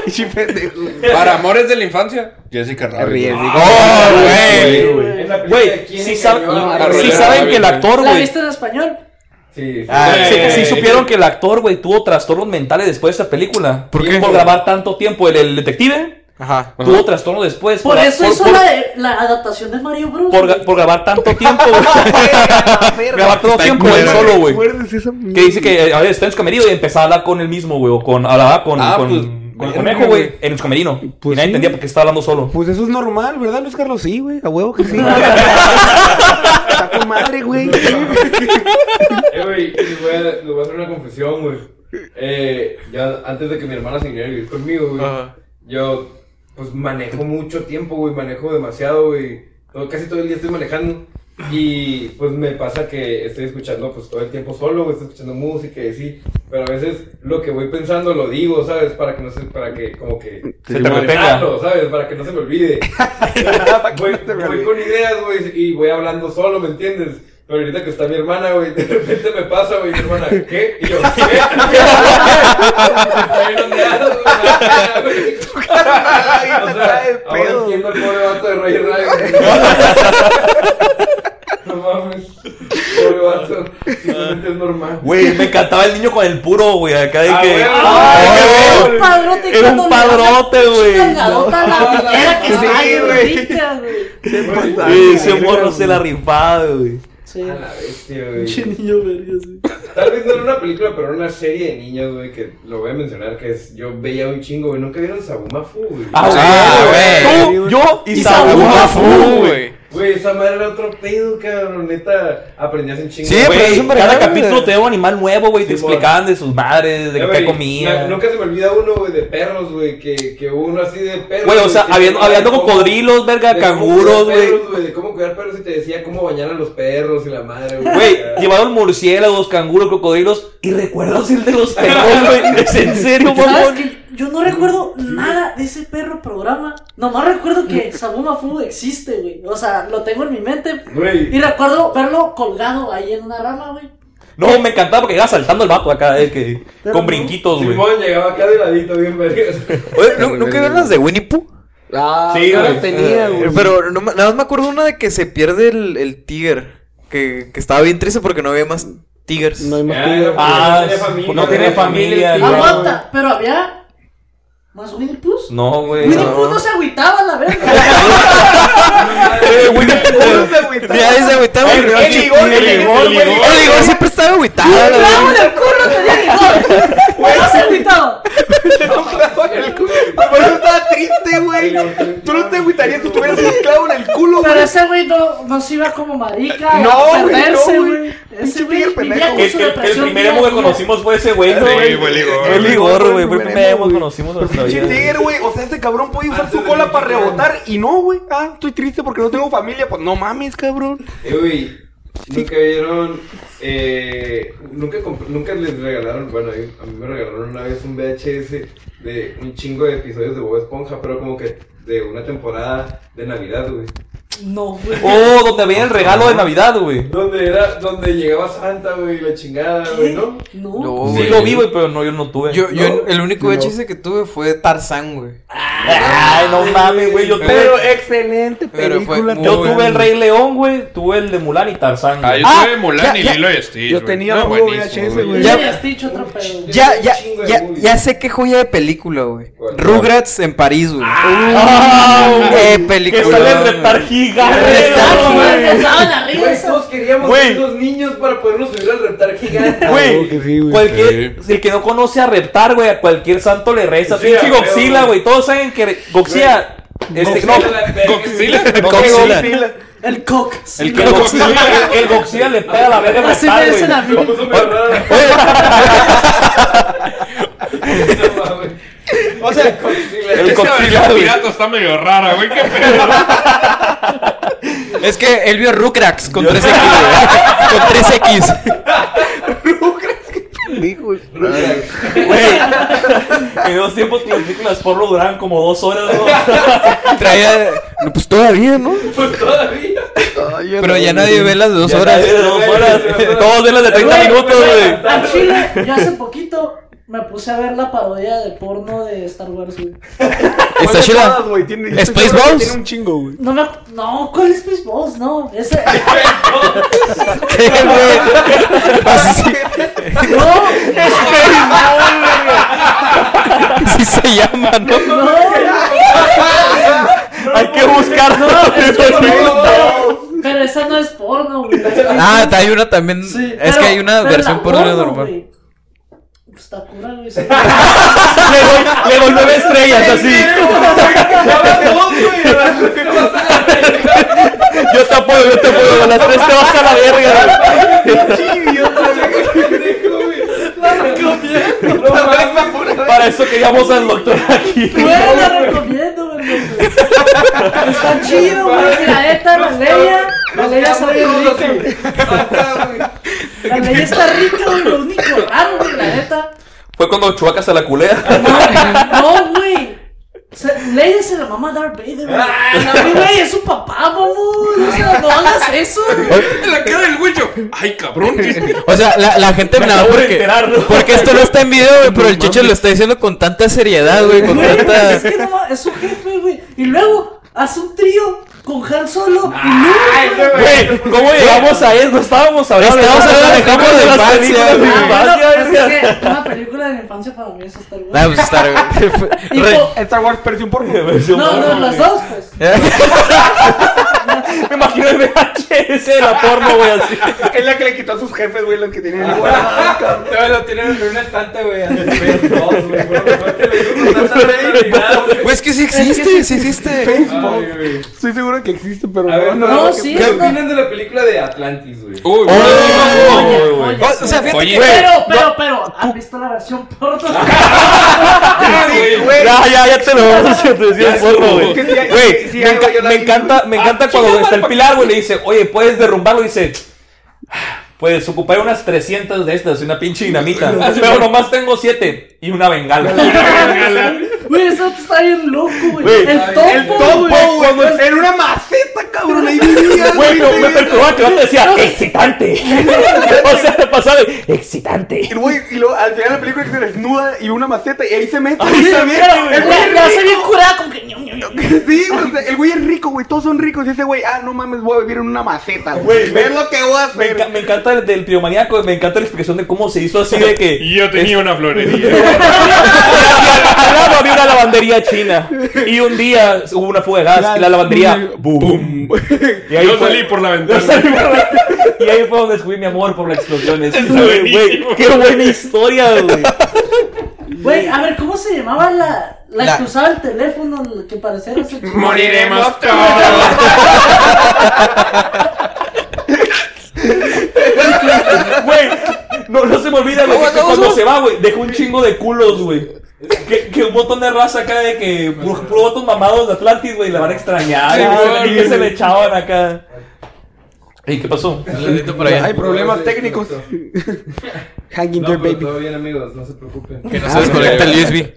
C: Sí, pendejo.
D: Para amores de la infancia, Jessica Rabbit.
C: Ríes,
D: güey.
C: digo.
A: ¡Oh,
D: güey.
A: güey!
B: Es la película de
F: Ah, Güey,
B: quién
F: sí,
B: engañó a
F: sab-
D: la
B: Rolera
F: sí
D: Rolera
F: saben
D: Rabbit,
F: que el
D: güey.
F: actor,
E: ¿La
F: güey.
E: viste en español?
B: Sí, sí.
A: Ah,
F: Sí,
D: Eh,
F: sí
D: eh,
F: supieron que el actor, güey, tuvo trastornos mentales después de esa película.
A: ¿Por qué?
F: Por grabar tanto tiempo. El, el detective
A: Ajá.
F: Tuvo trastorno después.
E: Por eso hizo
F: por-
E: la, de- la adaptación de Mario Bros.
F: por,
E: güey.
F: ga- por grabar tanto tiempo, güey. grabar tanto
D: Está
F: tiempo él
D: culero,
F: solo, güey.
C: ¿Recuerdas esa mierda?
F: Que dice que eh, a ver, está en su camerino y empezaba a hablar con él mismo, güey. O con, hablaba con,
D: Ah,
F: con,
D: pues,
F: con el
D: verga,
F: conejo, güey.
D: güey.
F: En su camerino. y
C: Pues
F: nadie
C: sí.
F: entendía por qué estaba hablando solo.
C: Pues eso es normal, ¿verdad, Luis Carlos? Sí, güey, a huevo que sí. Está con madre, güey.
B: Eh, güey, les voy, a, les voy a hacer una confesión, güey. Eh, ya antes de que mi hermana se viniera a vivir conmigo, güey,
A: Ajá.
B: yo, pues, manejo mucho tiempo, güey, manejo demasiado, güey. Todo- Casi todo el día estoy manejando. Y, pues, me pasa que estoy escuchando, pues, todo el tiempo solo, güey, estoy escuchando música y así. Pero a veces lo que voy pensando lo digo, ¿sabes? Para que no se, para que, como que...
F: Se te retenga.
B: manejarlo, ¿sabes? Para que no se me olvide. voy, voy con ideas, güey, y voy hablando solo, ¿me entiendes? Pero ahorita que está mi hermana, güey, de repente me pasa, güey, mi hermana, ¿qué? Y yo, ¿qué? Está bien ondeado, güey. O sea, ahora entiendo el pobre vato de Roger Rabbit. No mames, pobre vato, simplemente es normal.
F: Güey, me encantaba el niño con el puro, güey. Acá de
B: Ah,
F: que.
B: güey.
F: ¡Ay,
E: Era
F: güey!
E: un padrote.
F: Era un padrote, güey.
E: Cargadota la minera que
C: Sí,
E: está ahí,
C: güey.
E: gordita, güey.
C: pasa?
F: Güey,
C: Ay,
F: Ese
C: verga,
F: morro
C: Ah, güey.
F: se la rifaba, güey.
E: Sí.
B: A la bestia, güey.
E: Pinche niño verga, sí.
B: Tal vez no era una película, pero era una serie de niños, güey, que lo voy a mencionar, que es, yo veía un chingo, güey, nunca vieron Sabumafu, güey.
A: Ah,
F: güey.
C: güey.
F: Tú, yo y
E: Y
F: Saúl
E: Saúl
D: Ah,
F: Mafú,
A: Mafu,
F: güey.
A: güey.
B: Güey, esa madre era otro pedo, cabrón, neta, aprendías un chingo.
A: Sí,
B: Güey,
A: pero es un
F: Güey, cada
A: vergado,
F: capítulo
A: güey.
F: te daba un animal nuevo, güey. Te
B: Sí, por-
F: explicaban de sus madres, de
B: eh,
F: qué
B: güey,
F: comía.
B: na- Nunca se me olvida uno, güey, de perros, güey, que, que uno así de perros.
F: Güey, o sea,
B: que-
F: habiendo, habiendo
B: de cómo-
F: cocodrilos, verga,
B: de cómo
F: canguros,
B: cuidar
F: güey.
B: perros, De cómo cuidar perros y te decía cómo bañar a los perros y la madre, güey.
F: Güey,
B: Ya.
F: llevaron murciélagos, canguros, cocodrilos. Y recuerdas el de los perros, güey. Es en serio,
E: ¿Sabes
F: mamón.
E: que yo no recuerdo nada de ese perro programa? Nomás recuerdo que Sabuma Fu existe, güey. O sea, lo tengo en mi mente.
B: Güey,
E: Y recuerdo verlo colgado ahí en una rama, güey.
F: No, me encantaba porque iba saltando el vato acá, eh, que,
E: Pero
F: con
E: no.
F: brinquitos, güey.
B: Simón llegaba acá de ladito, bien vergas.
A: Oye, ¿nu- ¿Nunca vieron las de Winnie Pooh?
C: Ah,
F: Sí,
C: no
F: güey.
C: las tenía,
A: Eh,
C: güey.
A: Pero no me- nada más me acuerdo una de que se pierde el, el tigre. Que, que estaba bien triste porque no había más tigres.
C: No hay más
B: Ya,
C: que-
F: Ah,
B: no tenía familia,
F: no tiene
B: güey.
F: familia. güey.
E: Aguanta, pero había más Winnie Pooh.
F: No, güey.
E: Winnie
F: no.
E: Pooh no se agüitaba, la verga.
F: Eh, Winnie Pooh.
A: Ya es agüitado.
F: Ay,
A: El
F: Richie,
A: Igor
F: el Igor, el Igor.
A: siempre estaba agüitado. la
E: ¡Clavo en
A: verdad.
E: el curro te dije! ¡No, no se agüitaba!
C: Por eso estaba triste, güey.
B: Ay,
C: Tú no te agüitarías si tuvieras un clavo en el culo,
E: Pero
C: güey.
E: ese güey no, no se iba como marica.
C: No, güey,
E: a
C: no,
E: perderse,
C: güey.
E: güey.
C: Pinche
E: Ese güey
C: tigre
E: vivía
C: pendejo.
E: con
F: El,
E: su
F: el- el
E: depresión.
F: primer
E: día a
F: emo que
E: día.
F: conocimos fue ese güey, ¿no,
D: Sí,
F: güey.
D: fue el Igor.
F: El Igor, güey. Fue el
C: El
F: primer emo que
C: güey.
F: conocimos. en nuestra
C: Pinche
F: vida.
C: tigre, güey. O sea, este cabrón puede usar su cola para rebotar y no, güey. Ah, estoy triste porque no tengo familia. Pues no mames, cabrón.
B: Eh, güey, nunca vieron. Eh, nunca, comp- nunca les regalaron. Bueno, a mí a mí me regalaron una vez un VHS de un chingo de episodios de Bob Esponja, pero como que de una temporada de Navidad, güey.
E: No, güey.
F: Oh, donde había el regalo de Navidad, güey.
B: Donde era, donde llegaba Santa, güey, la chingada, güey, ¿no?
E: ¿Qué? No.
A: No,
F: Sí
A: güey.
F: lo vi, güey, pero no, yo no tuve.
A: Yo, yo,
B: No.
A: el único
B: No.
A: VHS que tuve fue Tarzán, güey.
F: Ay, no mames, güey. Yo tuve,
A: Pero
C: excelente
A: Pero fue película. muy
F: yo
A: bueno.
F: tuve el Rey León, güey. Tuve el de Mulan y Tarzán.
D: Ah,
F: güey.
D: yo
A: Ah,
D: tuve Mulan
A: ya,
D: y
A: ya.
D: Lilo y Stitch.
C: Yo
D: güey.
C: tenía
D: Era
C: uno
D: buenísimo,
C: VHS, güey.
E: Ya
A: Ya-
E: habías dicho otro pedo.
A: Ya, ya,
B: Un chingo de
A: ya,
B: movies.
A: ya sé qué joya de película, güey.
B: ¿Cuál?
A: Rugrats en París, güey.
F: Ah,
A: ¡Qué
F: Que
A: película!
F: sale el reptar gigante,
A: Reptar
F: ¿no, güey?
E: güey. Empezaban a reír.
B: Güey, todos queríamos
F: Güey.
B: ser los niños para podernos subir al reptar gigante.
C: Claro que sí,
F: Güey,
C: güey.
F: cualquier, el que no conoce a reptar, güey, a cualquier santo le reza.
B: Sí,
F: Pinche
B: a huevo,
F: Goxila,
B: güey.
F: güey, todos saben que re- Goxila, este, no,
B: Godzilla, la verga,
D: ¿Godzilla?
B: güey.
F: no,
A: Godzilla.
F: Godzilla.
E: El cox.
F: El que Godzilla, el Godzilla le pega la verga a
E: Así me
F: reptar,
E: dicen a
F: güey.
E: mí.
B: Vamos a mejorar. No mames.
C: O sea,
B: Godzilla.
F: El
D: Esta
F: Godzilla,
D: versión
F: güey.
D: pirata está medio rara, güey. Qué pedo.
A: Es que él vio Rugrats con 3X, güey. Con 3X.
C: dijo.
F: En dos tiempos que las películas porno duran como dos horas, ¿no?
A: Traía. No, pues todavía, ¿no?
B: Pues todavía.
A: Pero ya nadie ve las de dos
F: Ya
A: horas.
F: nadie ve las de dos horas. Todos ven las de 30
E: Güey,
F: minutos, güey.
E: Al chile, yo hace poquito me puse a ver la parodia de porno de Star Wars, güey.
A: Está chila. ¿Spaceballs?
C: Tiene un chingo, güey.
E: No me. ac- No, ¿cuál es Spaceballs? No, ese.
A: ¿Qué, güey? Así
E: No,
A: sí se llama, ¿no?
E: no.
F: Hay que buscarlo.
E: Es que no, pero esa no es porno, güey.
A: Ah, hay una también.
E: Sí,
A: es
E: pero-
A: que hay una
E: pero
A: versión
E: la
A: porno
E: porno,
A: normal.
E: güey. Pues Está cura, güey. sí. Pero
F: Le doy, le doy nueve estrellas así. Yo te apoyo, yo te apoyo. Con las tres te vas a la verga.
E: La recomiendo.
F: Para eso queríamos al doctor aquí.
E: Güey, la recomiendo, güey. pues. Está chido, güey. La neta, la leya. La leya está bien rica. La leya está rica, güey. Lo único raro, güey, la neta.
F: Fue cuando Chuaca se la culea.
E: No, güey. Se- Leia se la mamá a Darth Vader, güey. Sí, güey, es su papá, mamón. O sea, no hagas eso.
D: La cara del güey, yo, Ay, cabrón.
A: O sea, la, la gente me la va
F: acabo de
A: porque,
F: enterar, ¿no?
A: porque esto no está en video, güey, pero el chicho lo está diciendo con tanta seriedad, güey, con
E: Güey, pues, es
A: tanta...
E: que no ma- es su jefe, güey. Y luego hace un trío con Han Solo y Luke. güey.
F: Güey, ¿cómo llegamos a eso? Estábamos hablando
A: Estábamos hablando de
F: las
A: infancia,
F: películas de
A: güey.
E: Ah,
F: infancia,
E: bueno, pues
F: verga.
E: es que una película de la infancia para mí es Star
A: Nah,
E: Wars.
A: pues, estar, güey.
E: Y
A: Re-
E: po-
C: Star Wars pareció un porno.
E: No, no, las dos, pues.
F: Me imagino el VHS de la porno, güey, así.
C: Es la que le quitó a sus jefes, güey, lo que tenían.
B: Lo tienen en una estante, güey. así, güey, todos, güey, por lo mejor te lo digo con tanta seriedad, güey.
A: Güey, es que sí existe, sí existe.
C: Facebook.
B: Ay, güey.
C: Estoy seguro que existe, pero
B: A ver,
C: no,
E: no,
B: no,
E: sí,
B: ¿Qué
E: es
B: opinan de la película de Atlantis, güey?
D: Uy, güey.
E: Oye,
F: güey, güey.
E: oye,
A: Oh, O o sea, fíjate
D: Oye.
A: que...
E: Pero, pero, pero, ¿han visto la versión porno?
F: Ya, ya, ya te lo vamos a decir el porno, güey.
C: Que si hay-
F: Güey,
C: que si
F: me,
C: algo
F: enca-
C: yo la vi,
F: me
C: Ah,
F: encanta, me encanta cuando está el pilar, güey, le dice, oye, puedes derrumbarlo, y dice... Puedes ocupar unas 300 de estas, una pinche dinamita. Pero nomás tengo 7 y una bengala.
E: Güey, eso está bien loco, güey.
F: Güey,
E: El
C: El
E: topo,
C: topo,
E: güey.
C: güey, cuando era una maceta, cabrón, ahí vivía.
F: Güey, no, me
C: güey.
F: perturbaba que yo te decía,
E: No sé.
F: excitante. o sea, te pasaba, de, excitante.
C: Y güey, y luego al final la película se desnuda y una maceta y ahí se mete.
F: Ahí
C: Sí,
F: se mete,
C: pero
F: güey.
C: el güey
E: La,
C: es
E: la hace
C: rico.
E: bien curada con que... ño, ño, ño, ño.
C: Sí, güey, o sea, el güey es rico, güey, todos son ricos. Y ese güey, ah, no mames, voy a vivir en una maceta, güey. Ver lo que voy a
F: Me, enca-
C: hacer.
F: me encanta el del piromaníaco, me encanta la explicación de cómo se hizo así de que.
D: Y yo tenía una florería.
F: Al lado había una lavandería china. Y un día hubo una fuga de gas y la lavandería. ¡Boom! Y
D: Yo
F: fue-
D: salí por la
F: Yo salí
D: ventana.
F: por la- Y ahí fue donde descubrí mi amor por las explosiones. Güey,
D: buenísimo.
F: güey, qué buena historia, güey.
E: Güey, a ver, ¿cómo se llamaba la, la,
A: La-
E: que usaba el teléfono la que parecía recepción?
D: Moriremos todos.
F: Güey, no, no se me olvida, güey.
A: ¿Cómo,
F: que- que
A: cómo,
F: Cuando
A: cómo?
F: se va, güey, dejó un chingo de culos, güey. Que, que un montón de raza acá de que puros puros vatos mamados de Atlantis, güey, la van a extrañar. y, que se, y que se le echaban acá. ¿Y qué pasó?
A: por allá.
C: Hay problemas técnicos. Hanging
B: No,
C: there,
B: pero
C: baby.
B: todo bien, amigos, no se preocupen.
A: Que no se desconecta Ah, el USB.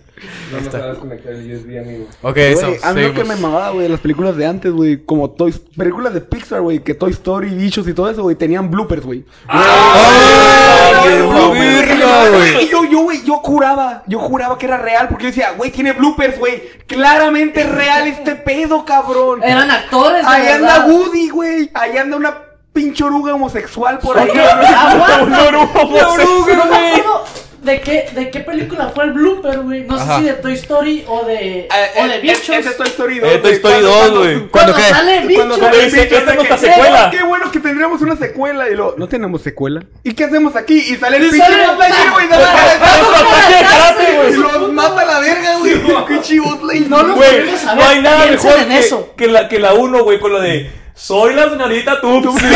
B: No me sabes conectar el USB, amigo.
A: Ok,
C: Güey,
A: eso,
C: a mí lo que me
A: seguimos.
C: mamaba, güey, las películas de antes, güey, como Toy películas de Pixar, güey, que Toy Story, bichos y todo eso, güey, tenían bloopers, güey.
A: ¡Ah!
F: Ay,
A: ¡Qué
F: no, güey.
A: verga, güey!
C: Y yo, yo, güey, yo juraba, yo juraba que era real, porque yo decía, güey, tiene bloopers, güey, claramente es real este pedo, cabrón.
E: Eran actores, de
C: Ahí anda
E: verdad.
C: Woody, güey, ahí anda una pinche oruga homosexual por ahí.
E: Aguanta.
F: No, no,
E: No me acuerdo ¿De qué, ¿De qué película fue el blooper, güey? No
A: Ajá.
E: sé si de Toy Story o de, o de Bichos.
C: Eh, Ese es Toy Story 2.
F: Eh, Toy Story 2, güey.
A: ¿Cuándo qué?
E: sale
C: Cuando
E: Bichos,
C: sale
F: dice,
C: Bichos,
F: "Esta es
C: de
F: nuestra
C: que,
F: secuela".
C: "Eh, Qué bueno que tendríamos una secuela. Y lo, no tenemos secuela. ¿Y qué hacemos aquí? Y sale el pinche
E: sale
C: Buzz Lightyear, güey, de la
F: Los ataques de karate, güey.
C: Y los mata a la verga, güey. Pinche Buzz Lightyear.
E: No lo
F: Güey,
E: queremos
F: no
E: saber.
F: hay nada
E: Piensen
F: mejor
E: en
F: que,
E: eso.
F: que la que la uno, güey, con lo de soy la señorita Tupsi.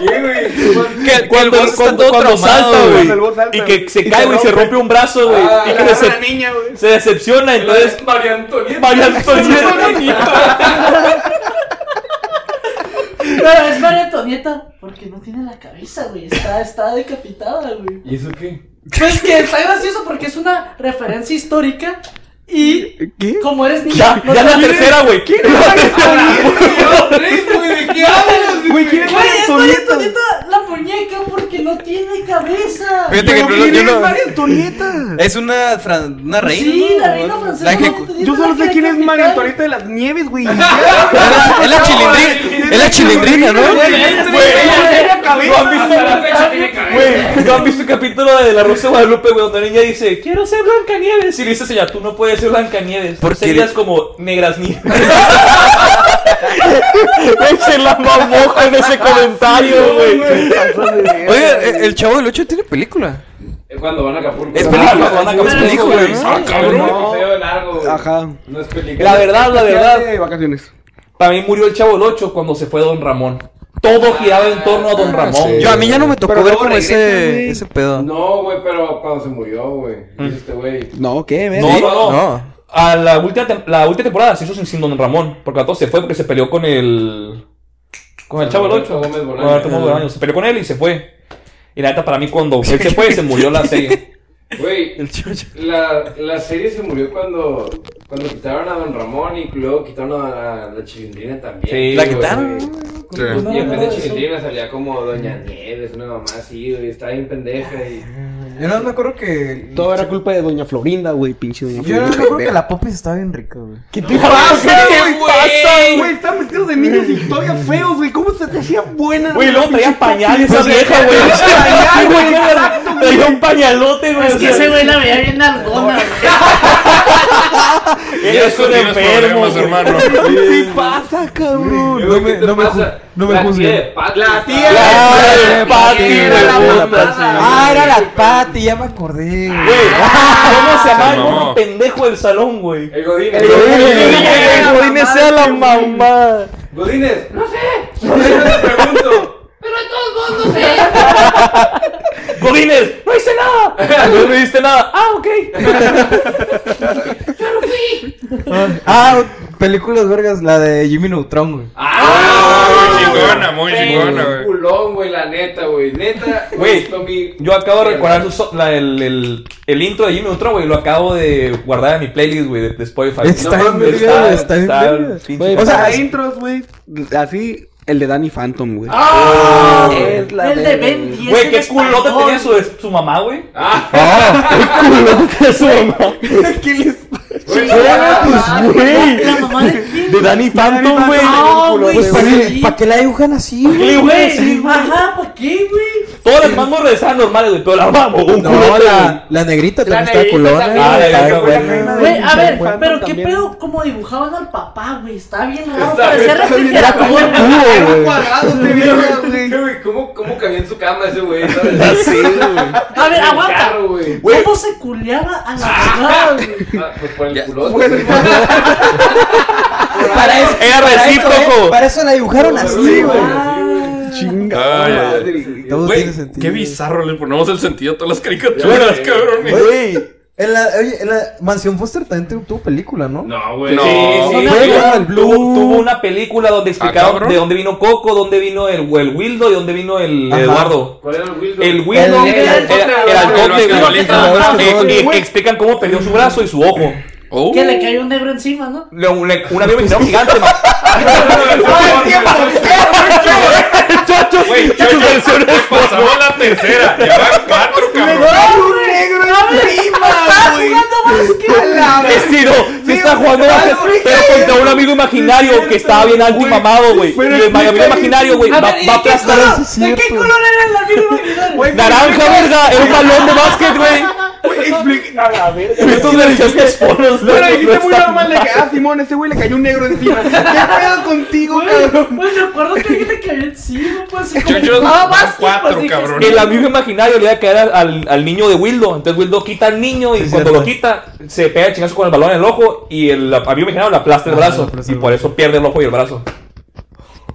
A: Que, que el
F: Cuando,
A: boss está
F: cuando,
A: todo
F: cuando
A: traumado,
F: salta,
A: güey.
C: Cuando el boss
F: güey.
C: salta,
F: Y
C: güey.
F: que se
C: Y
F: cae,
C: se
F: güey, y se
C: rompe.
F: rompe un brazo, güey.
C: Ah,
F: y
C: la
F: que
C: agarra
F: se,
C: la niña, güey.
F: se decepciona, entonces
B: Entonces, María Antonieta.
F: María Antonieta.
E: Pero es María Antonieta porque no tiene la cabeza, güey. Está, está decapitada, güey.
B: ¿Y eso qué?
E: Pues que está gracioso porque es una referencia histórica y
C: ¿Qué?
E: como eres niña,
F: ya,
E: no
F: ya
E: te
F: la
E: la-
F: tercera, güey.
C: Güey, ¿quién es
E: Güey,
C: María
E: es María
C: Antonieta?
E: Antonieta la muñeca porque no tiene cabeza.
A: Fíjate que
C: Pero
A: el
C: ¿quién
A: problema- yo
C: es
A: no-
C: María Antonieta?
A: Es una, fran- una reina.
E: Sí,
A: ¿no?
E: la reina francesa.
A: La
E: María
A: ejecu-
E: Antonieta,
C: Yo solo
E: la
C: sé
E: que
C: quién es María
E: decapitada.
C: Antonieta de las Nieves, güey.
A: Es la chilindrina, es la chilindrina, ¿no?
C: Güey,
E: Güey,
C: tiene la cabeza.
F: ¿No han visto,
B: tiene cabeza.
F: Güey, ¿tú has visto el capítulo de La Rosa de Guadalupe, güey? Donde la niña dice, quiero ser Blancanieves. Y le dice, señora, tú no puedes ser Blancanieves.
A: ¿Por
F: Porque
A: qué?
F: Serías como Negras Nieves.
G: Se la mamó con ese comentario, güey.
A: Oiga, el- el Chavo del 8 tiene película.
B: Es cuando van a Acapulco.
A: Es película,
F: Ah,
A: es
F: Acapulco,
A: película,
F: güey.
A: ¿no?
D: Ah, cabrón.
B: No, episodio largo, güey.
C: Ajá.
B: No es película.
F: La verdad, la verdad.
C: De vacaciones.
F: Para mí murió el Chavo del 8 cuando se fue Don Ramón. Todo giraba en torno a
A: Ah,
F: Don Ramón.
G: sí.
F: güey.
A: Yo a mí ya no me tocó
C: Pero
A: ver
C: luego
A: como
C: regresas, güey.
A: ese, ese pedo.
B: No, güey, pero cuando se murió, güey. Este güey.
C: No, ¿qué? Ven.
F: No,
A: ¿Sí?
F: no, no.
A: No.
F: A la última, tem- la última temporada se hizo sin, sin Don Ramón. Porque a todos se fue porque se peleó con el. Con el Chavo del
B: Roberto
F: 8.
B: Gómez Bolaño.
F: Se peleó con él y se fue. Y la neta, para mí, cuando él se fue, se murió la serie.
B: Güey,
A: El Chavo del Ocho.
B: la, la serie se murió cuando, cuando quitaron a Don Ramón y luego quitaron a, a la chilindrina también.
F: Sí,
A: La
F: güey.
A: quitaron.
B: Y en vez de
E: Eso.
B: chilindrina salía como Doña Nieves, una mamá así, güey. Estaba bien pendeja y.
H: Yo no me acuerdo que.
C: Todo era culpa de Doña Florinda, güey, pinche Doña
H: Yo no
C: Florinda.
H: me acuerdo que la popis estaba bien rica, güey.
C: ¿Qué te pasa, güey? pasa, güey? Están vestidos de niños y todavía feos, güey. ¿Cómo se te hacía buena?
F: Güey, luego traía pañal esa vieja, güey.
C: Pañal, güey, exacto, güey.
F: Traía un pañalote, güey.
E: Es
F: o
E: Pues que
F: sea,
E: ese güey la veía bien nalgona, güey.
D: Ya
F: eres
D: eso
F: un
D: tienes
F: enfermo,
D: problemas,
F: güey.
D: hermano.
C: ¿Qué te pasa, cabrón?
H: No me,
B: ¿Qué te
H: no me, ju-
B: pasa?
H: no me
B: La tía de
H: juzguen.
B: Pati
C: La
B: estaba-
C: tía
F: de
B: de
F: Pati,
B: Pati,
F: güey,
B: era
F: güey,
B: la
F: la
B: mamada,
F: Pati.
B: güey.
H: Ah, era la Patty, ya me acordé.
F: Güey,
H: güey.
F: ¿Cómo se
D: Se
F: llamaba
D: mamó.
F: el pendejo del salón, güey?
B: El Godín.
C: El Godín.
F: Güey,
G: Güey,
F: Godínez sea la mamá.
B: Godínez. No sé. Yo te pregunto.
E: eh,
F: Godínez, no hice nada. No, no hiciste nada. Ah, ok.
H: Ah, películas vergas, la de Jimmy Neutron, güey.
D: Ah, Muy chingona, muy chingona,
B: Un
D: güey.
B: culón, güey, la neta, güey. Neta,
F: Güey,
B: esto mi-
F: Yo acabo de recordar su so- la- el, el- el intro de Jimmy Neutron, güey. Lo acabo de guardar en mi playlist, güey, de, de Spotify.
H: Está
B: No,
H: bien
B: mames,
H: verga, güey, está bien
F: está
H: verga.
F: pinche-
C: Güey,
H: O
C: o
H: sea,
C: sea,
H: es-
C: hay intros, güey. Así, el de Danny Phantom, güey. Es la
E: Ah, El de Ben 10.
F: Güey, qué culota tenía su, su mamá, güey.
H: ¿Qué les
B: Güey,
E: Pues, La mamá de quién?
G: De Danny Phantom, güey.
E: No, güey.
H: Pues, ¿para,
E: sí.
H: qué- para qué la dibujan así, güey?
F: Le digo, güey, sí,
E: Güey,
F: güey.
E: ajá, ¿por qué, güey?
F: Todas las mangos regresaban normales, güey, pero la mamá, un
H: No,
F: culote,
H: la, la negrita
B: La
H: también está
B: negrita
H: culona.
B: también.
H: güey,
F: Ah, la
H: está
F: negrita fue
H: buena.
F: la reina
E: Güey, a ver,
C: Phantom
E: pero qué
C: también.
E: pedo como dibujaban al papá, güey. Está bien raro.
B: Está bien,
E: Parecía
B: está bien
E: refrigerador.
H: Cubo, güey.
C: Cuadrado, te vieron, güey.
B: este Güey, ¿cómo, ¿cómo cabía en su cama ese güey? ¿sabes?
E: A ver,
B: En el
E: aguanta.
B: carro, güey.
E: ¿Cómo se culeaba a la mamá, güey?
B: Ah, pues por el culote. güey.
H: Para eso,
F: Era
H: para eso,
F: recíproco.
H: eh, Para eso la dibujaron así, güey.
E: Ah,
C: Chinga.
D: Ay, ay, ay.
H: Todo
D: Güey,
H: tiene sentido.
D: qué bizarro le ponemos el sentido a todas las caricaturas,
B: sé.
D: cabrones.
H: Güey, en la, oye, en la mansión Foster también tuvo- tuvo película, ¿no?
B: No, güey.
D: No.
F: Sí, sí,
H: Una
F: güey,
H: película del
F: tuvo-
H: Blue.
F: Tuvo una película donde explicaron
D: cabrón.
F: de dónde vino Coco, dónde vino el, el Wildo y dónde vino el
H: Ajá.
F: Eduardo.
B: ¿Cuál era el Wildo?
F: El Wildo era
H: El-
B: el-
F: era-
B: el- el-
F: era el
D: el-
F: doble,
D: el-
H: el-
F: güey. Eh,
H: el-
F: eh, Explican cómo perdió su brazo y su ojo.
D: Oh.
E: Que le cayó un negro encima, ¿no?
F: Le- le- Un avión mexicano gigante, ma-
D: Güey, yo ya pasamos la tercera. Ya van cuatro, cabrón.
F: Vestido, sí está jugando básquet, pero contra un amigo imaginario que estaba bien alto y mamado, güey. Y el amigo imaginario, güey, va, va a aplastar.
E: ¿De qué color era el avión imaginario?
F: Naranja, verga, era un balón de básquet, güey. Estos versiones foros,
C: Pero dijiste
F: no
C: muy
F: están-
C: normal, le ca- ah, Simón, ese güey le cayó un negro encima. ¿Qué pedo contigo, cabrón?
E: Güey, Pues recuerdo que alguien le cayó encima, pues así como.
D: Yo- yo-
E: "Ah, vas,
D: cuatro,
E: pues, dije,
D: cabrón.
F: El amigo imaginario le iba a caer al- al, al niño de Wildo. Entonces Wildo quita al niño y
H: Es
F: cuando lo
H: cierto.
F: quita, se pega el chingazo con el balón en el ojo y el amigo imaginario le aplasta el
H: Ah, le
F: brazo.
H: aplasta
F: Y
H: el
F: por eso pierde el ojo y el brazo.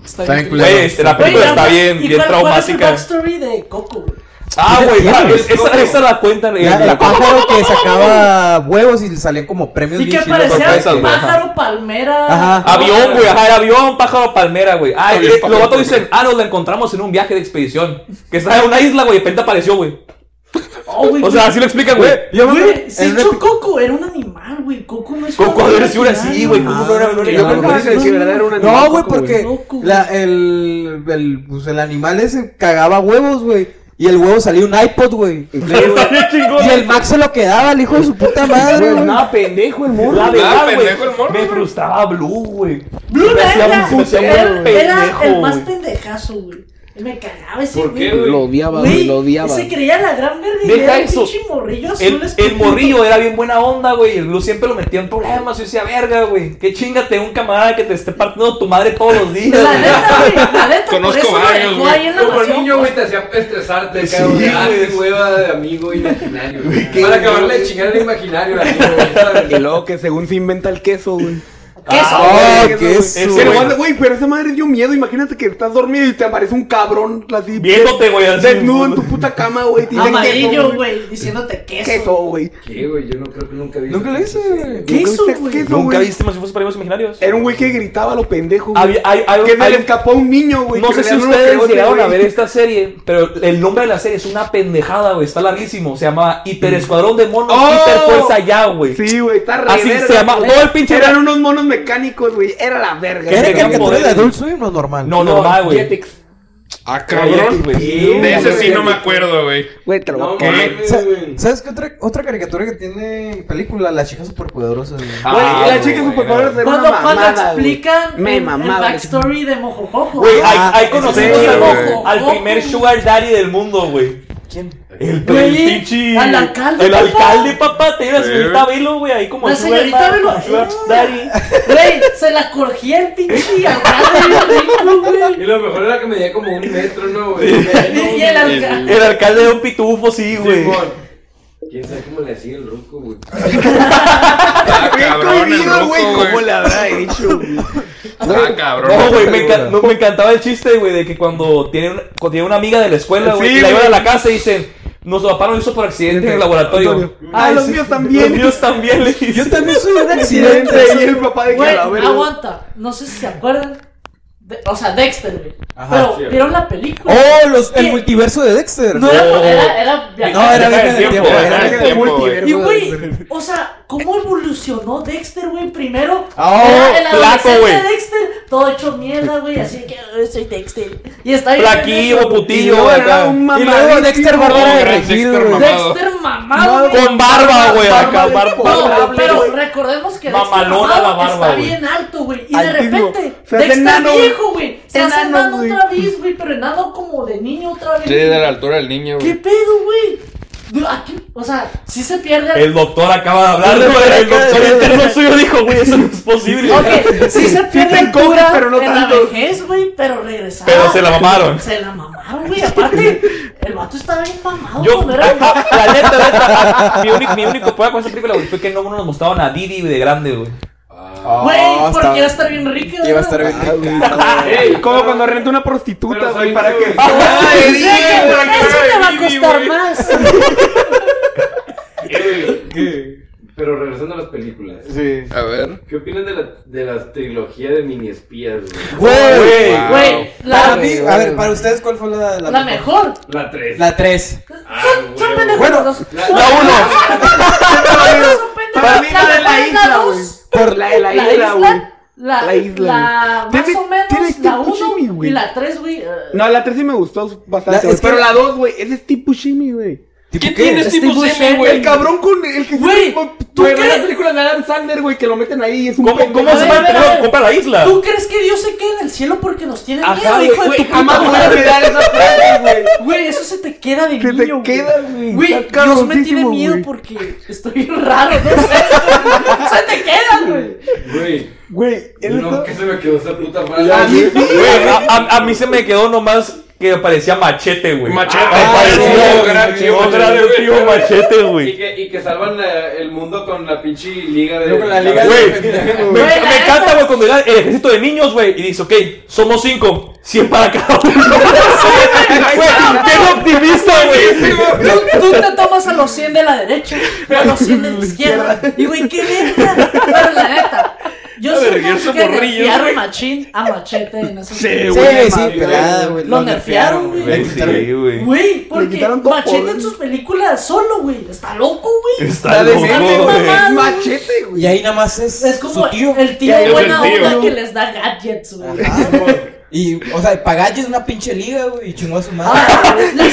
H: Está bien culera.
F: Güey, este, la
E: Güey,
F: película está
E: anda,
F: bien,
E: ¿y
F: bien
E: cuál-
F: traumática.
E: ¿Cuál es el backstory de Coco, güey?
F: Ah, güey,
H: ¿Quién
F: ah,
H: es?
F: es- esa, esa la cuenta. eh,
H: Era
F: la
H: el
F: cuenta-
H: pájaro que sacaba huevos y le salían como premios
E: Y que
H: bien chidos.
E: parecía
F: sorpresas, güey, ajá.
E: pájaro, palmera.
H: Ajá.
F: Avión, Ah, güey, ajá, era avión, pájaro, palmera, güey. Ah,
D: Avión,
F: eh, los
D: pájaro,
F: vatos
D: palmera.
F: dicen, ah, nos la encontramos en un viaje de expedición. Que estaba en una isla, güey, y de repente apareció, güey.
E: Oh, güey,
F: O sea, así lo explican, güey.
H: Yo me
E: güey,
H: acuerdo-
E: si
H: en una
E: hecho
H: pi-
E: Coco era un animal, güey. Coco no es un
F: Coco
E: animal
F: debe ser
E: original,
F: así, güey.
E: no.
F: ¿Cómo no era menor?
C: Yo pensaba que si verdad era un animal
H: No, güey,
C: loco,
H: porque
E: Loco, güey.
H: la- el, el, pues, el animal ese cagaba huevos, güey. Y el huevo salía un iPod, güey. Y el Max se lo quedaba, el hijo de su puta madre,
C: Pues
H: güey.
C: nada, pendejo el morro.
F: La verdad,
D: pendejo el
F: güey.
D: morro,
F: Me
D: güey.
F: frustraba Blue, güey.
E: Blue
F: Me hacía
E: Verga,
F: un puto
E: era,
F: pendejo,
E: era el más
F: güey.
E: pendejazo, güey. Me cagaba ese
B: ¿Por qué,
E: güey.
B: güey?
C: Lo odiaba,
E: Güey,
C: güey, lo odiaba.
E: Se creía la gran verga y
F: Deja
E: era un
F: eso.
E: pinche morrillo
F: El,
E: azul
F: el
E: escondido.
F: morrillo era bien buena onda, güey. El Blue siempre lo metía en problemas. Yo decía, verga, güey. Qué chingate un camarada que te esté partiendo tu madre todos los días.
E: La
F: güey".
E: neta, güey, la neta,
D: Conozco
E: por eso me
D: varios,
E: dejó
D: güey.
E: ahí en la
B: Como
E: nación,
B: niño,
E: pues.
B: güey, te hacía estresarte, cabrón.
F: Sí,
B: Ah,
F: güey.
B: qué hueva de amigo imaginario. güey.
C: qué
B: Para acabarle
C: güey.
B: de chingar el imaginario, el amigo, güey, ¿sabes?
C: Y luego que según se inventa el queso, güey.
E: Queso.
H: oh,
F: Oh,
A: Ah,
C: güey,
A: qué
C: queso,
A: su-
C: güey. Pero,
A: bueno.
C: anda, güey, pero esa madre dio miedo. Imagínate que estás dormido y te aparece un cabrón así.
F: Viéndote, güey, así.
C: Desnudo en tu puta cama, güey. te dice
E: Amarillo,
C: queso,
E: güey, diciéndote queso.
C: Queso, güey.
B: ¿Qué, güey? Yo no creo que nunca vi
A: Nunca
B: eso.
A: lo hice, güey.
E: ¿Qué hizo,
C: Nunca viste
E: güey?
C: queso,
F: Nunca
C: güey.
F: viste más para premios imaginarios.
C: Era un güey que gritaba a lo pendejo. güey.
F: Había- hay- hay-
C: que se
F: hay-
C: le escapó a un niño, güey.
F: No
C: que
F: sé
C: le
F: si
C: dieron unos
F: ustedes
C: pedotes,
F: llegaron a
C: güey.
F: ver esta serie, pero el nombre de la serie es una pendejada, güey. Está larguísimo. Se llama Hiper Escuadrón de Monos
C: ¡Oh!
F: Hiper Fuerza Ya, güey.
C: Sí, güey, está re
F: Así
C: verga,
F: se llama.
C: güey.
F: Todo el pinche.
C: Eran unos monos mecánicos, güey. Era la verga.
H: ¿Qué era
F: Tenía
H: caricatura de
F: poderes.
H: Adult Swim o normal?
F: No, normal, güey.
C: Jetix.
D: Ah, cabrón. De ese sí no me acuerdo, güey.
C: Güey, te lo voy a
B: No,
C: poner.
D: ¿Qué?
B: mames,
H: Sa-
B: güey.
H: ¿Sabes qué otra, otra caricatura que tiene película? Las chicas superpoderosas. güey.
F: Ah,
C: Güey, la
F: güey,
C: chica
B: güey,
C: superpoderosa
B: güey.
C: era una
E: Cuando, cuando
C: mamada, güey.
E: explican
C: Me
E: el, el
C: mamaba.
E: backstory de Mojojojo.
F: Güey, ahí,
H: Ah,
F: ahí conocimos
C: sí,
F: al,
E: güey.
F: al primer Sugar Daddy del mundo, güey. ¿Quién? El,
E: Güey,
F: el pinche-
E: al alcalde,
F: El
E: papá.
F: alcalde, papá. Tenía la
D: Sí.
F: señorita Velo, güey, ahí como
E: La
F: Sugar
E: señorita
F: Daddy,
E: Velo.
F: como Sugar Daddy.
E: Güey, se la corgía el pinche alcalde bien rico, güey.
B: Y lo mejor era que medía como un metro, ¿no, güey?
E: Y el alcalde.
F: El alcalde de un pitufo, sí, güey.
B: Simón. ¿Quién sabe cómo le hacía el ruco, güey?
D: Ah,
C: Qué
D: cabrón, el
C: cohibido,
D: loco,
C: güey, ¿Cómo
D: güey.
C: le habrá dicho? güey?
D: Ah, cabrón.
F: No, güey, me, encan- no, me encantaba el chiste, güey, de que cuando tiene, una- cuando tiene una amiga de la escuela, güey,
C: Sí,
F: y la llevan a
C: güey.
F: la casa y dicen, nos papá lo hizo por accidente en el laboratorio.
C: Ah, los míos también.
F: Los míos también, le dicen.
H: Yo también soy un accidente.
C: Accidente y el papá de que a
E: Güey,
C: la verga.
E: aguanta. No sé si se acuerdan. de- o sea, Dexter, güey. Pero
B: sí, güey. Oh.
E: vieron la película.
H: Oh, los, el
E: ¿Qué?
H: multiverso de Dexter.
E: No era, era, era
H: No, era
F: Viaje
H: viaje
F: del
H: del tiempo.
D: tiempo,
H: era
D: ajá.
H: viaje-
C: Era el
D: tiempo, güey.
C: multiverso.
E: Y güey, o sea, ¿cómo evolucionó Dexter, güey? Primero,
H: Ah,
E: era el
F: flaco,
E: adolescente
F: güey.
E: Dexter, todo hecho mierda, güey, así que "Ay, soy Dexter. Y está ahí.
F: Flaquillo, putillo,
C: luego
F: acá.
C: era un
H: Y
C: mamadísimo.
H: luego Dexter Bárbara de
D: gran
H: Regil,
D: Dexter,
H: güey.
D: mamá.
E: Dexter mamado, güey.
F: Con barba, güey, acá,
C: Barba de
F: barba.
E: No,
C: Pobre,
E: pero
C: güey.
E: recordemos que
F: Mamalona
E: Dexter
F: la
E: mamado
F: barba,
E: está
F: güey.
E: bien alto, güey. Y de
C: Altísimo.
E: repente,
C: Se hace
E: Dexter
C: enano, güey.
E: viejo, güey. Se hace
C: Enano,
E: enano
C: güey.
E: otra vez, güey, pero enano como de niño otra vez.
D: Sí, de la altura del niño,
E: ¿Qué
D: güey.
E: pedo, güey? De- Aquí, o sea, sí se pierde.
F: El doctor acaba de hablar, güey,
H: El
F: el
H: doctor acaba
F: doctor
H: de-
F: interno suyo dijo, güey, eso no pues, es posible.
E: Ok, sí se pierde
C: te
E: en
C: encoges,
E: cura
C: pero no
E: en la
C: tanto.
E: vejez, güey, pero regresaba.
F: Pero se la mamaron.
E: Se la mamaron, güey. Aparte, el vato estaba bien mamado
F: Yo,
E: cuando era
F: la la neta, la neta, mi único, mi único problema con esa película, güey, fue que no no nos mostraban a Didi de grande, güey.
E: Güey,
H: Ah,
E: porque
H: está-
E: iba a estar bien rico.
H: Iba a estar bien
C: Ah, güey,
B: Ey,
C: Como cuando renta una prostituta,
B: Pero
C: güey,
B: soy
C: para
B: yo,
C: que.
B: güey.
A: Ah,
F: Ay,
E: Eso te va a costar más.
B: Eh, ¿qué? Pero regresando a las películas.
H: Sí.
D: A ver.
B: ¿Qué opinan de la, de la trilogía de mini espías, güey?
H: Güey.
E: Güey,
H: Para
E: la,
H: mí, a ver, para ustedes, ¿cuál fue la,
E: la mejor. Ah,
B: La 3.
H: La 3.
E: Son, son pendejos.
H: Bueno,
E: los dos.
B: la-
E: Son-
B: la
F: uno.
E: Son
C: Para mí
E: pendejos.
C: la de
E: mejor
C: la
E: es
C: isla, güey.
E: dos.
C: Por la de la
E: La
C: isla, güey.
E: isla, la,
C: La isla, güey.
E: la- más o
C: Tiene- tiene
E: menos
C: este
E: la
C: Fushimi,
E: 1
C: güey.
E: y la 3, güey. eh,
C: No, la 3 sí me gustó
H: La-
C: bastante.
H: es
C: güey,
H: que-
C: pero la 2, güey, ese es tipo Shimmy, güey.
H: ¿Tipo qué?
D: tienes tipo
E: Steve
D: semi,
E: Buscemi,
C: El
D: güey?
C: cabrón con el que
E: Güey, ¿tú
C: Güey, ve
E: crees?
C: la película de Adam Sandler, güey, que lo meten ahí y es un
F: ¿Cómo,
C: pendejo.
F: cómo se
E: A ver, a
F: mantiene
E: ver.
F: compra la isla?
E: ¿Tú crees que Dios se queda en el cielo porque nos tiene
C: Ajá,
E: miedo,
C: güey,
E: hijo de
C: güey,
E: tu
C: jamás
E: puta
C: voy a
E: madre?
C: olvidar esas frases, güey.
E: Güey, eso se te queda de
C: Se te
E: niño.
C: queda, güey. Está
E: Dios me tiene
C: cabroncísimo,
E: miedo
C: güey.
E: porque estoy bien raro, no sé. güey. se te queda, güey.
B: Güey,
C: Güey, él
B: no, que
C: está...
B: se me quedó esa puta frase.
C: La-
B: güey.
F: Güey, a, a- a mí se me quedó nomás que parecía machete, güey.
D: Machete.
F: Me parecía
D: Ah,
F: un gran
D: sí,
F: tío,
D: machete,
F: gran
B: güey.
F: tío machete,
B: Y
F: güey.
B: que, y que salvan la- el mundo con la pinche liga de.
H: Yo con la liga de-
F: Güey,
H: Güey,
F: me,
E: la
F: me encanta,
E: neta.
F: güey, cuando llega el ejército de niños, güey, y dice, ok, somos cinco, cien para cada uno. Güey, qué optimista, güey.
E: Tú, tú te tomas a los 100 de la derecha, a los 100 de la izquierda. Y güey, qué verga. Pero la neta, yo
D: vergüenza
E: siento que
D: morrillo,
E: nerfearon
D: güey.
E: machín a machete en esa
H: Sí,
E: película.
H: sí,
B: madre,
H: pelada, güey.
E: Lo nerfearon, güey.
H: Le quitaron-
F: Sí, güey.
E: Güey, porque
C: quitaron todo
E: Machete
C: poder.
E: en sus películas solo, güey. Está loco, güey.
F: Está loco,
C: de meme,
F: güey.
E: mamá.
C: Es machete, güey.
H: Y ahí nada más es,
E: Es como
H: su tío.
E: el tío
C: Ya, es
E: buena
D: el tío.
E: onda que les da gadgets, güey.
B: Simón.
H: Y, o sea, Pagalle es una pinche liga, güey. Y chingó a su madre.
E: La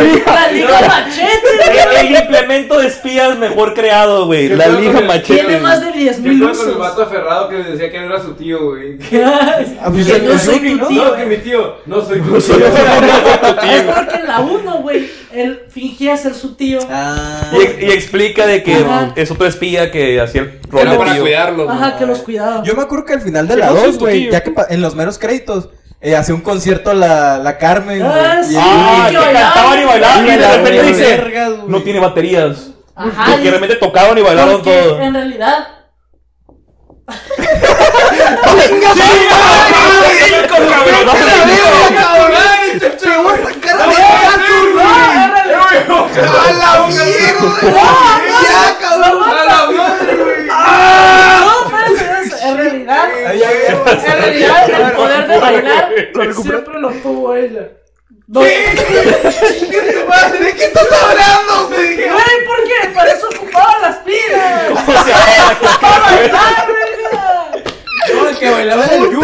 E: liga, la liga machete.
F: El, el implemento de espías mejor creado, güey.
B: Yo
F: La
B: creo
F: liga
B: que-
F: machete.
E: Tiene más de
B: Yo creo
E: 10.000
B: que con el
E: usos.
B: vato aferrado que decía que no era su tío, güey.
E: Ah,
H: pues,
E: que
H: el-
E: no
H: el
E: soy
H: Rooney,
E: tu
H: ¿no?
E: tío. eh.
B: No, que mi tío. No soy tu tío.
E: Es porque en la 1, güey, él fingía ser su tío.
H: Ah.
F: Y, y explica de que
E: Ajá.
F: es otro espía que hacía el rol
D: Era
F: de
D: para
F: tío.
D: cuidarlos.
E: Ajá,
D: ¿no?
E: que los cuidaba.
H: Yo me acuerdo que al final de
G: Que
H: la
G: no soy
H: 2,
G: tu
H: güey,
G: tío.
H: ya que pa- en los meros créditos, eh, hacía un concierto la, la Carmen, güey.
E: Ah,
H: y-
E: sí.
F: Ah, que
E: Y que
F: cantaban y bailaban y de
H: bailaban,
F: repente
H: güey.
F: dice,
H: Vergas, güey.
F: no tiene baterías.
E: Ajá.
F: Porque
E: y-
F: realmente tocaban y bailaron
E: Ah, porque
F: todo.
E: En realidad,
F: No,
E: No, espérense, es- en realidad, en realidad el poder de bailar siempre lo tuvo ella. No. ¿De qué estás hablando? Güey, ¿por qué? Para eso ocupaba las pilas.
F: ¿Cómo se llama?
E: Para bailar, verga.
H: No, el que bailaba era el Yumi.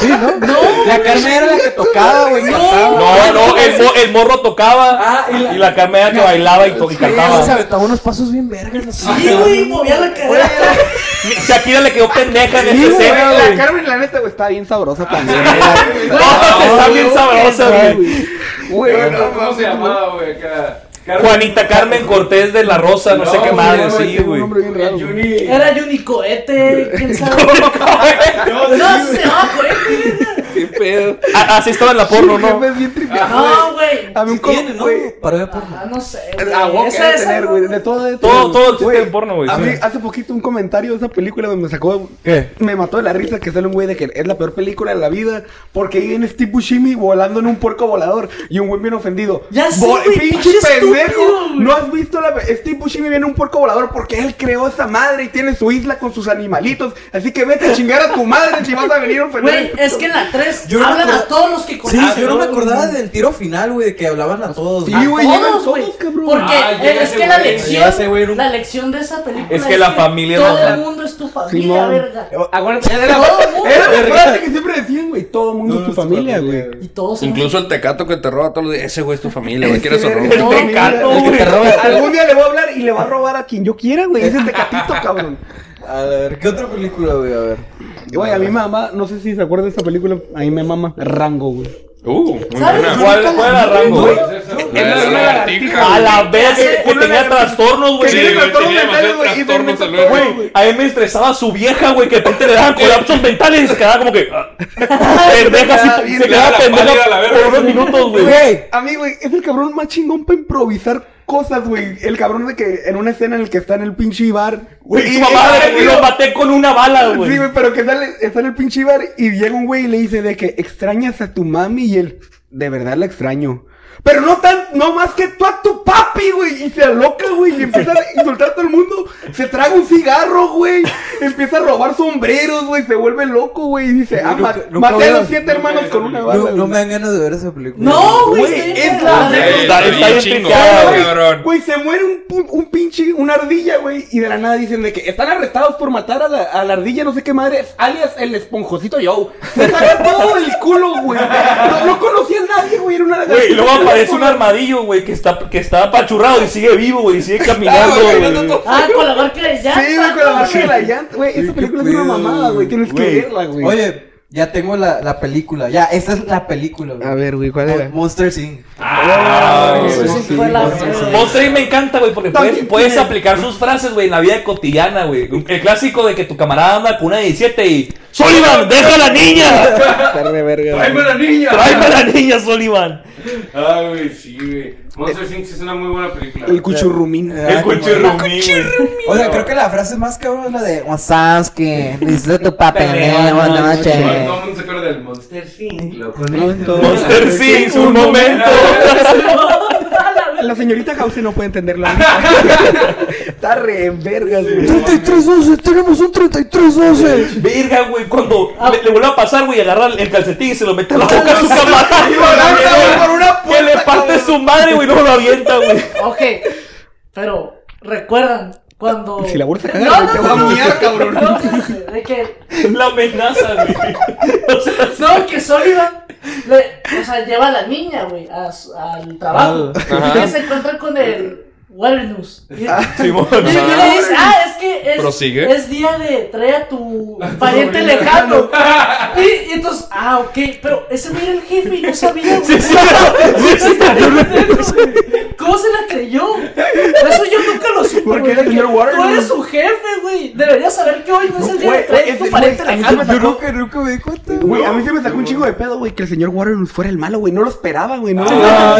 H: Sí, ¿no? La Carmen era la que tocaba, güey. cantaba.
F: No, no, el, mo- el morro tocaba
H: Ah, y la-
F: y la carmela que bailaba y, to- y
H: Sí, se
F: cantaba.
H: aventaba unos pasos bien vergas. así.
E: Sí, güey, movía la cadera.
F: Shakira le quedó pendeja en esa
C: Sí, güey,
F: escena,
C: la
F: güey.
C: Carmen, la neta, güey, está bien sabrosa también.
F: Todas están bien sabrosas, güey.
C: Güey, no,
B: ¿Cómo se llamaba, güey? Acá. Carmen.
F: Juanita Carmen Cortés de la Rosa, no, sé qué
B: No,
F: madre,
B: güey,
F: sí,
C: tiene un
F: güey.
C: nombre bien raro, güey.
B: Juni.
E: Era Yunicoete, quién sabe. No, se llama cohete, verga.
F: Ah, Así estaba en la porno,
C: Su jefe
F: ¿no? Ah,
C: es bien triste.
E: No, güey.
C: Dame un
H: Sí
C: co-
H: tiene, ¿no?
C: güey.
H: Para ver por-
E: Ah, no sé.
C: Ah,
E: güey.
C: huevo
E: Esa-
C: que debe
E: esa
C: tener,
E: no-
C: güey, de todo, de
F: Todo- todo existe
C: Güey,
F: en porno, güey,
C: A
F: sí.
C: mí hace poquito un comentario de esa película güey, me sacó. Me mató de la risa que sale un güey de que es la peor película de la vida. Porque ahí viene Steve Buscemi volando en un puerco volador. Y un güey bien ofendido.
E: Ya sé,
C: Bo-
E: güey,
C: ¡Pinche
E: pinche estúpido,
C: pendejo!
E: güey.
C: No has visto la. Steve Buscemi viene en un puerco volador porque él creó esa madre y tiene su isla con sus animalitos. Así que vete a chingar a tu madre si vas a venir a ofender.
E: Güey, es que en la 3
H: Yo no me
E: hablan
H: acuerdo-
E: a todos los que
H: Sí,
E: conocen.
H: Ah, yo no me
E: ¿no?
H: acordaba del tiro final, güey, de que hablaban a todos.
C: Sí,
H: güey.
C: güey,
E: Todos,
C: llegan todos,
E: güey.
C: cabrón.
E: Porque
B: Ah, llega
E: es
B: ese
E: que la
B: güey,
H: llega
E: lección,
H: ese güey en un-
E: la lección de esa película
F: Es que la familia
E: todo
F: no-
E: el mundo es tu familia,
C: Simón.
E: verga.
H: Acuérdate, era
E: Todo el mundo.
C: Era la frase que siempre decían, güey. Todo el mundo
H: No,
C: es tu
H: es tu
C: familia,
H: familia,
C: güey.
E: Y todos somos-
D: Incluso el tecato que te roba todos los días. Ese güey es tu familia, güey. ¿Quieres
C: Ese
D: horror?
C: verga.
F: Te canto,
C: El que
F: güey.
H: te roba.
C: Algún día le voy a hablar y le va a robar a quien yo quiera, güey. Ese tecatito, cabrón.
H: A ver, ¿qué otra película, güey? A ver.
C: Y, Güey, a mi mamá, no sé si se acuerda de esta película, a mí me mama Rango, güey.
D: Uh, muy
E: ¿Sabes?
D: buena.
F: ¿Cuál cuál era Rango, güey?
D: La de la lagartija,
F: A
D: güey.
F: la vez que, que
C: Una
F: tenía
C: lagartija.
F: trastornos, güey.
D: Sí,
C: tiene
D: güey,
C: trastornos
D: tenía
C: mentales,
D: demasiados
C: güey, y
D: trastornos
C: se
D: el güey.
C: mete todo,
F: Güey, a mí me estresaba su vieja, güey, que de repente le daban colapsos mentales y se quedaba como que. ah, Pendeja, sí, se
D: Le daba
F: quedaba
D: la pálida a la
F: pendeja
D: verga.
F: por unos minutos, güey.
H: Güey,
C: A mí, güey, es el cabrón más chingón para improvisar cosas, güey. El cabrón de que en una escena en el que está en el pinche bar,
F: Güey,
C: y-
F: su mamá
C: y-
F: de-
C: y-
F: lo maté con una bala,
C: Sí,
F: güey.
C: güey, pero que sale, está en el pinche bar y llega un güey y le dice de que extrañas a tu mami y él, de verdad la extraño. Pero no tan, no más que tú a tu papi, güey. Y se aloca, güey. Y empieza a insultar a todo el mundo. Se traga un cigarro, güey. Empieza a robar sombreros, güey. Se vuelve loco, güey. Y dice, ah,
H: Nunca-
C: ma-
H: nunca
C: maté a
H: veo-
C: los siete hermanos con una bala.
H: no, no
C: güey.
H: me dan ganas de ver esa película.
E: No, güey,
C: Güey,
E: está
C: es
E: bien,
C: la-
E: verga.
D: Ey,
F: Está- está bien
D: chingón,
F: picado,
C: güey.
D: cabrón.
C: Güey, se muere un, pu- un pinche, una ardilla, güey. Y de la nada dicen de que están arrestados por matar a la, a la ardilla, no sé qué madre, alias el esponjosito Joe. Se saca todo del culo, güey. No, no conocía a nadie, güey. Era una
F: Güey, y luego
C: una-
F: aparece un armadillo, güey, que está, que está apachurrado y sigue vivo, güey, y sigue caminando, güey.
E: Ah, con la marca de llanta.
C: Sí, güey, con la marca de la llanta. Güey, esa
H: qué
C: película es una
H: pedo,
C: mamada, güey. Tienes que
F: güey.
C: verla, güey.
H: Oye, ya tengo la, la película. Ya, esta es la película, güey.
C: A ver, güey, ¿cuál era?
H: Mon- Monsters Inc.
F: Ah,
E: Eso Ah, sí fue la
F: Monster Inc. me encanta, güey, porque
C: También
F: puedes, puedes
C: tiene-
F: aplicar sus frases, güey, en la vida cotidiana, güey. El clásico de que tu camarada anda con una 17 y... ¡Sullivan, deja a la niña!
C: Está re verga, güey.
B: ¡Ay, buena niña!
F: ¡Tráeme a la niña, Sullivan!
B: Ay, güey, sí, güey. Monster Inc. sí es una muy buena película.
C: El cuchurrumín.
H: Ah, como-
F: cuchurrumí, güey.
H: O sea, creo que la frase más cabrón es la de Wasansky. Dice tu papel,
F: Pelea,
H: buenas
F: no,
H: noches.
B: Todo el mundo se acuerda del Monster Inc. loco.
F: Monster Inc. un momento.
C: La señorita House no puede entenderla. Está re vergas, güey.
H: 3312, tenemos un 3312.
F: Verga, güey, cuando
C: Ah.
F: le, le vuelve a pasar, güey, agarra el calcetín y se lo mete a la boca a su
C: Y balanza, güey,
F: camarada.
C: por una
F: Que le
C: puerta,
F: parte
C: cabrón.
F: su madre, güey, no lo avienta, güey.
E: Ok, pero recuerdan Cuando.
C: Si la vuelves a cagar,
E: no, no,
C: te
E: no,
C: voy a
E: no,
C: miar, cabrón.
E: No, espérense, de que.
F: La amenaza, güey. O sea,
E: No, que Sullivan. le- o sea, lleva a la niña, güey, a su- al trabajo.
C: Ah.
E: Y ya se encuentra con el. Walnus. Y,
F: Simón.
E: y- y le dice, ah, es que es,
D: Prosigue.
E: es día de traer a tu pariente lejano. Y, y entonces, ah, ok, pero ese güey era el jefe y no sabía. güey. ¿Cómo se la creyó? Eso yo nunca lo supe.
C: Porque
E: güey,
C: era el
E: de
C: señor
E: que
C: Warren,
E: Tú eres
C: güey.
E: su jefe, güey. Deberías saber que hoy no es el día de
C: Güey,
E: traer
C: es-
E: tu
C: güey,
E: pariente
C: a mí se
E: lejano.
C: me sacó-
H: Nunca, nunca me di cuenta, güey.
C: Güey, a mí se me sacó un chingo de pedo, güey, que el señor Warren fuera el malo, güey. No lo esperaba, Ah, güey. No,
H: Ay,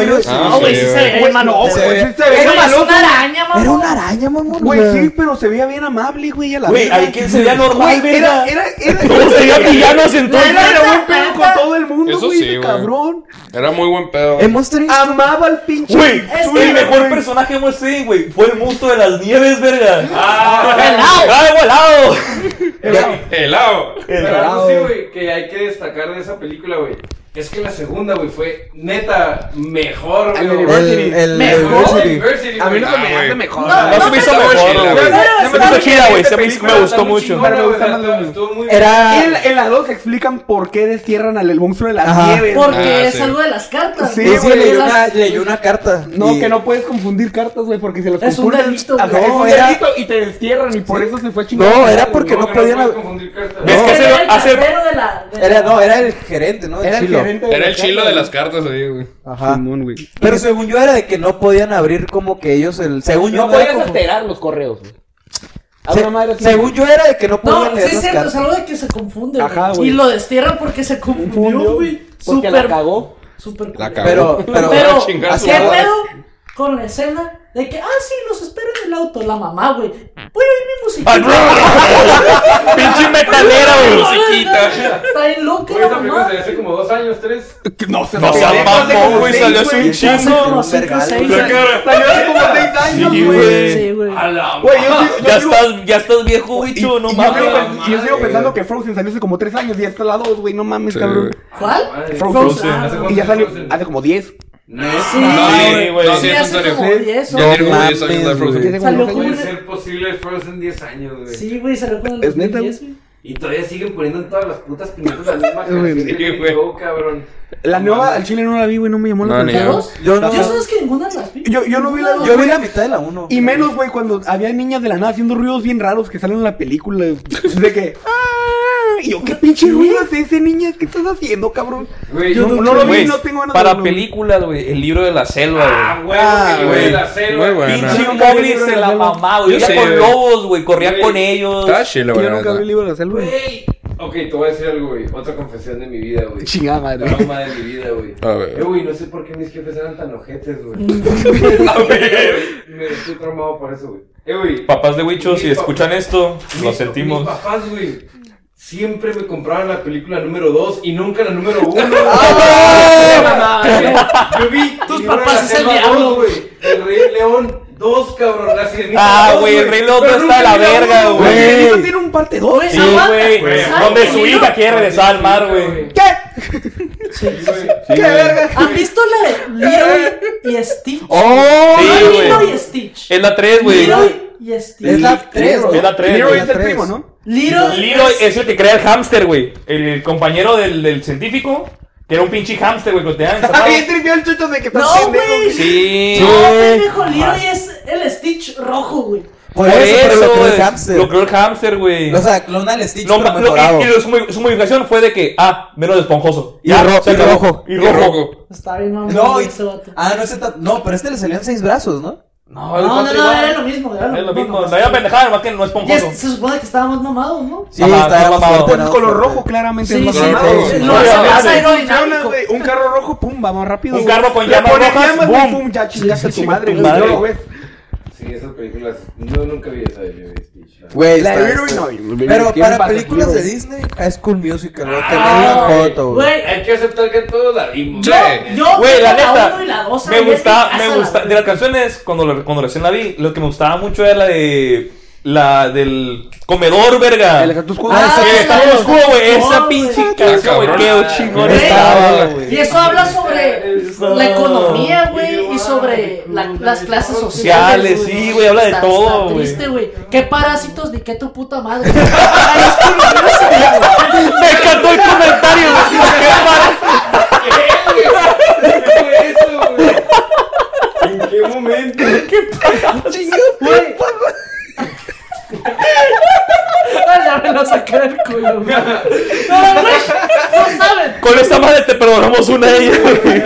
C: no,
H: no,
E: No, güey, sí se ve,
C: Güey,
E: hermano.
C: no,
E: Te-
C: güey, sí se ve
E: Era
C: maloso,
E: una araña, mamá.
H: Era una araña, mamón.
C: Ah. Güey, sí, pero se veía bien amable, güey, a la
F: Güey,
C: verga.
F: ahí quién sería normal,
C: Güey, era,
F: verga.
C: era, era,
F: Todos serían villanos
C: Era,
F: entonces.
C: era buen pedo con todo el mundo,
D: Eso
C: güey,
D: sí,
C: ese
D: güey.
C: cabrón.
D: Era muy buen pedo.
A: Em-
H: Hemos tenido.
C: Amaba al pinche.
F: Güey,
E: Es que-
F: el mejor personaje hemos tenido, güey. Fue el monstruo de las nieves, verga. ¡Ah! ¡Helado! helado!
D: Helado.
B: Pero algo sí, güey, que hay que destacar de esa película, güey. Es que la segunda, güey, fue neta mejor, güey.
C: El-
H: El, el
E: Mejor.
H: Diversity.
B: Diversity,
C: A mí
B: güey.
C: no
D: Ah,
C: se me hace
D: güey.
C: mejor.
E: No,
F: No se me hizo mejor,
D: Chila,
F: güey.
D: güey.
F: Se me hizo chida, güey. Se me hizo- me gustó mucho.
B: Pero
C: Me gusta más lo
B: estuvo muy
C: Y
H: Era.
C: en, en las dos explican por qué destierran al el monstruo de las
H: Ajá.
C: nieves.
E: Porque
D: Ah,
E: es
D: sí.
E: algo de las cartas.
C: Sí,
E: güey.
H: Es que
C: güey,
H: leyó
E: Las-
H: una, leyó una carta.
C: No,
H: y-
C: que no puedes confundir cartas, güey, porque se las
E: Es un
C: confunden.
E: delito,
C: Ajá,
E: güey.
C: es un
H: Era-
C: delito y te destierran y por eso se fue chingando.
H: No, era porque no
B: puedes
H: podían. hab-
B: confundir cartas.
F: ¿Ves
E: Es
F: que
E: que
F: hace-
E: era el
F: hace-
E: cartero de la. de
H: Era,
E: la-
H: no, era el gerente, ¿no?
C: Era el
H: chilo.
C: gerente.
D: Era el chilo de las cartas ahí, güey.
H: Ajá.
C: Simón, güey.
H: Pero según yo era de que no podían abrir como que ellos el. Según yo
I: No
H: no era
I: podías
H: como-
I: alterar los correos, güey.
H: Se-
I: Alguna madre así.
H: Según yo era de que no podían
E: No, sí
H: leer
E: es
H: las
E: cierto, es
H: cartas.
E: algo de que se confunde.
C: Ajá,
E: güey.
C: güey.
E: Y lo destierran porque se confundió, güey.
I: Porque la
E: Súper-
I: cagó.
E: Súper cool.
D: La cagó.
H: Pero, pero,
E: Pero,
D: a chingar
H: su
E: ¿qué
H: madre.
E: pedo con la escena de que, ah, sí, los espero en el auto? La mamá, güey. Voy a oír mi musiquita.
F: Pinche metalera, güey.
D: musiquita.
E: Está bien loca
B: Güey,
E: la
B: esa película
E: mamá.
B: se hace como dos años, tres.
C: No se
F: No seas mamón, güey. Salió hace un
H: Sí,
E: Hace
F: chingo.
E: como cinco o
H: vergal,
E: seis
H: güey.
E: años.
C: Salió hace como seis años,
F: Sí,
C: güey.
E: Sí, güey.
C: Güey, yo sí- yo
F: Ya
C: sigo-
F: estás, ya estás viejo, güey, chulo, no
C: y yo sigo,
F: mames.
C: pens- y yo sigo pensando que Frozen salió hace como tres años y ya está la dos, güey. No mames, cabrón.
E: ¿Cuál?
B: Madre.
C: Frozen.
E: Hace
C: Y ya salió
B: Frozen.
C: hace como diez.
B: No,
E: Sí,
D: No,
F: sí,
D: sí,
F: güey.
D: no, sí, es en
E: hace
D: serio.
E: como
C: Sí.
E: 10 o
D: Ya tiene como
H: No
D: 10 años la
H: mames,
C: Ya hace como
D: Frozen.
E: Salió
C: diez
E: como
C: años.
B: puede ser posible Frozen 10 años, güey.
E: Sí, güey, se recuerda en
C: Es neta,
E: 2010, güey.
B: Y todavía siguen poniendo en todas las putas piñatas la misma
C: Güey,
B: canción.
D: sí,
B: que
D: güey.
B: yo, cabrón.
C: La nueva, al chile no la vi, güey. No me llamó la
D: No, ni
E: ¿La
C: atención.
D: yo.
E: dos?
H: Yo no-
E: Yo sabes que ninguna las vi.
C: Yo- yo no vi la dos.
H: Yo vi la mitad de la 1.
C: Y menos, güey, cuando había niñas de la nada haciendo ruidos bien raros que salen en la película. De que. "Ah", Y yo, ¿qué pinche ruido es ese, niña? ¿Qué estás haciendo, cabrón?
B: Güey,
C: Yo
B: no-
C: no, no lo vi,
F: Güey,
C: no tengo ganas de
F: Para
C: verlo.
F: películas, güey. El libro de la selva,
B: Ah,
F: güey.
B: güey,
H: Ah,
B: güey,
D: güey.
B: la selva.
D: Muy buena.
F: Pinche
C: Yo nunca vi el
F: Mowgli
C: libro
F: se
C: de la
F: la
C: selva.
F: mamá, güey.
D: Yo
F: Iba
D: sé,
F: con
D: güey.
F: lobos, güey. Corría
B: Güey,
F: con ellos.
D: Está chila,
C: Yo
D: güey.
C: nunca vi el libro de la selva.
B: Güey. Ok, te voy a decir algo, güey. Otra confesión de mi vida, güey.
C: Chingada madre.
B: Trauma de mi vida, güey.
D: A ver.
B: Eh, güey, no sé por qué mis jefes eran tan ojetes, güey. Me estoy traumado por eso, güey. Eh, güey.
F: Papás de Wicho, si
B: Mis pa-
F: escuchan esto, lo
B: mis-
F: sentimos.
B: Mis papás, güey. Siempre me compraban la película número 2 y nunca la número 1. Yo vi
E: Tus
B: Libro de
E: papás
B: la
E: es el
B: Selva
E: diablo.
B: dos, güey. El Rey León 2, cabrón. La sirenita
F: Ah,
B: dos,
F: güey, el Rey León
B: Pero
F: no está de la
B: nunca vi
F: verga,
B: uno,
F: güey.
C: Esto tiene un parte 2.
E: Güey,
F: Sí,
E: aguanta,
F: güey.
E: ¿sabes
F: Donde
E: qué,
F: su
E: niño?
F: hija quiere regresar al mar, güey.
B: ¿Qué?
C: ¡Qué verga!
E: ¿Han visto la de Leroy y Stitch?
H: ¡Oh!
F: Sí,
E: no,
F: güey.
E: Leroy y Stitch.
F: Es la 3, güey.
E: Leroy y Stitch.
H: Es la 3,
F: Es la 3.
C: Leroy
H: güey,
C: es el
H: tres.
C: primo, ¿no?
E: Leroy,
F: Leroy es el que crea el hámster, güey. El, el compañero del, del científico, que era un pinche hámster, güey, que lo tenían encerrado.
C: Ah, bien trivial, chucho, de que estás
E: No,
C: pendejo.
E: güey.
F: Sí.
E: No, pendejo, Leroy es el Stitch rojo, güey.
H: Por eso, pero lo creó el
F: güey.
H: hamster.
F: Lo creó el hámster, güey.
H: O sea, clona el Stitch,
F: No,
H: pero
F: ma- lo-
H: mejorado.
F: y, y su, mo- su modificación fue de que, ah, menos esponjoso.
H: Y
F: Ya,
H: ro-
F: se
H: y
F: acabó.
H: rojo.
F: Y
D: Y
F: rojo.
D: rojo.
E: Está bien, mamá.
H: No, y-
E: ese vato.
H: Ah, no, ese ta- no, pero este le salían seis brazos, ¿no?
F: No, el
E: No, no,
F: vato
E: no,
F: igual.
E: era lo mismo, era lo,
F: Es lo mismo.
E: nomás.
F: No había pendejada, más que
E: Y
F: no esponjoso.
E: es- se supone que estaba más mamado, ¿no?
H: Sí,
F: Ajá,
H: está
F: está
H: más
F: mamado.
H: fuerte,
F: Un
H: ¿no?
C: color rojo, claramente.
E: Sí,
C: es
E: sí,
C: más mamado.
H: sí, sí.
E: Lo hace más
F: Sí,
E: aerodinámico.
C: güey, un carro rojo, pum, va más rápido.
F: Un
C: güey.
F: carro con
C: Le
F: llamas
C: pones
F: rojas,
C: llamas, güey,
F: boom.
C: pum, ya chingaste a tu
F: Sí,
C: madre,
F: tu
C: güey.
F: madre.
C: No lo ves.
B: Sí, esas películas. No, nunca vi esa de Lilo y Stitch. la-
H: Güey,
C: La
H: está-
C: de Leroy
H: está-
C: no.
H: Pero
C: ¿Quién
H: para
C: pasa,
H: películas
C: Leroy?
H: de Disney, High School Musical, lo que
E: Ah,
H: me foto, güey.
E: Güey,
B: Hay que aceptar que todos la vimos.
D: Sí.
E: yo, yo
F: Güey, la
E: tengo
F: neta,
E: uno y la dos,
F: me
E: ahí en
F: gusta,
E: mi
F: me
E: casa,
F: gusta,
E: la
F: de las canciones, cuando, la- cuando recién la vi, lo que me gustaba mucho era la de, la del comedor, verga.
C: El Status Quo.
H: Ah,
F: Que
E: la
F: está en
E: de
F: el
E: los
F: escudo, güey,
E: Status
F: esa
E: Quo,
F: pinche
E: güey.
F: canción, güey,
D: Ah,
F: qué
D: cabrón.
F: chingón
H: Estaba,
F: estaba,
H: güey.
E: Y eso habla sobre
B: Eso.
E: la economía, güey,
B: Igual,
E: y sobre la- las clases
F: Sociales,
E: sociales.
F: sí, güey, habla de
E: Está-
F: todo,
E: está
F: güey.
E: triste, güey. Qué parásitos de qué tu puta madre. Ay, es que no lo sé, güey.
F: Me encantó el comentario, güey. Qué par-
B: ¿Qué fue eso, güey? ¿En qué momento?
E: Ay, ya me lo saqué del culo, güey. Pero, güey, no saben.
F: Con esta madre te perdonamos una de ellas, güey.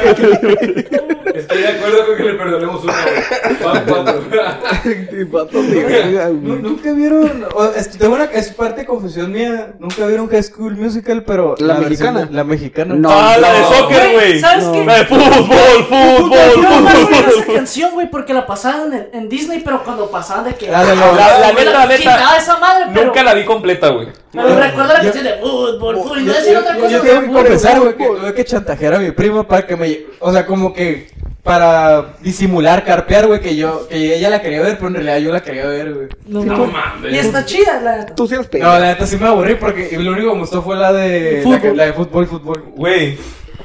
B: Estoy de acuerdo con que le perdonemos uno, güey. Van cuatro.
H: Nu- Nunca vieron. o- es, tengo una- es parte de confesión mía. Nunca vieron High School Musical, pero.
C: ¿La
H: versión
C: mexicana?
H: de- La mexicana.
C: No.
F: Ah, la de
B: no,
F: soccer, güey.
E: ¿Sabes qué?
F: La de fútbol,
E: Yo nomás
F: fútbol,
E: oigo esa
F: fútbol.
E: canción, güey, porque la pasaban en, en Disney, pero cuando pasaban de que.
H: La de los-
F: Ah, La- la neta, la neta.
E: Quitaba esa madre, pero.
F: Nunca la vi completa, güey.
E: Pero recuerdo la canción de fútbol, fútbol. Y no
H: Yo,
E: decir
H: yo-
E: otra
H: yo
E: cosa.
H: tengo que
E: fútbol,
H: confesar, güey, que
E: fútbol.
H: tuve que chantajear a mi prima para que me. O sea, como que. Para disimular, carpear, güey, que yo. Que ella la quería ver, pero en realidad yo la quería ver, güey.
E: No,
B: No
E: güey.
B: mames.
E: Y está chida, la neta.
C: Tú seas
H: No,
C: pendejo.
H: la neta sí me aburrí porque lo único que me gustó fue la de. La, que-
E: Fútbol.
H: la de fútbol, fútbol.
F: Güey,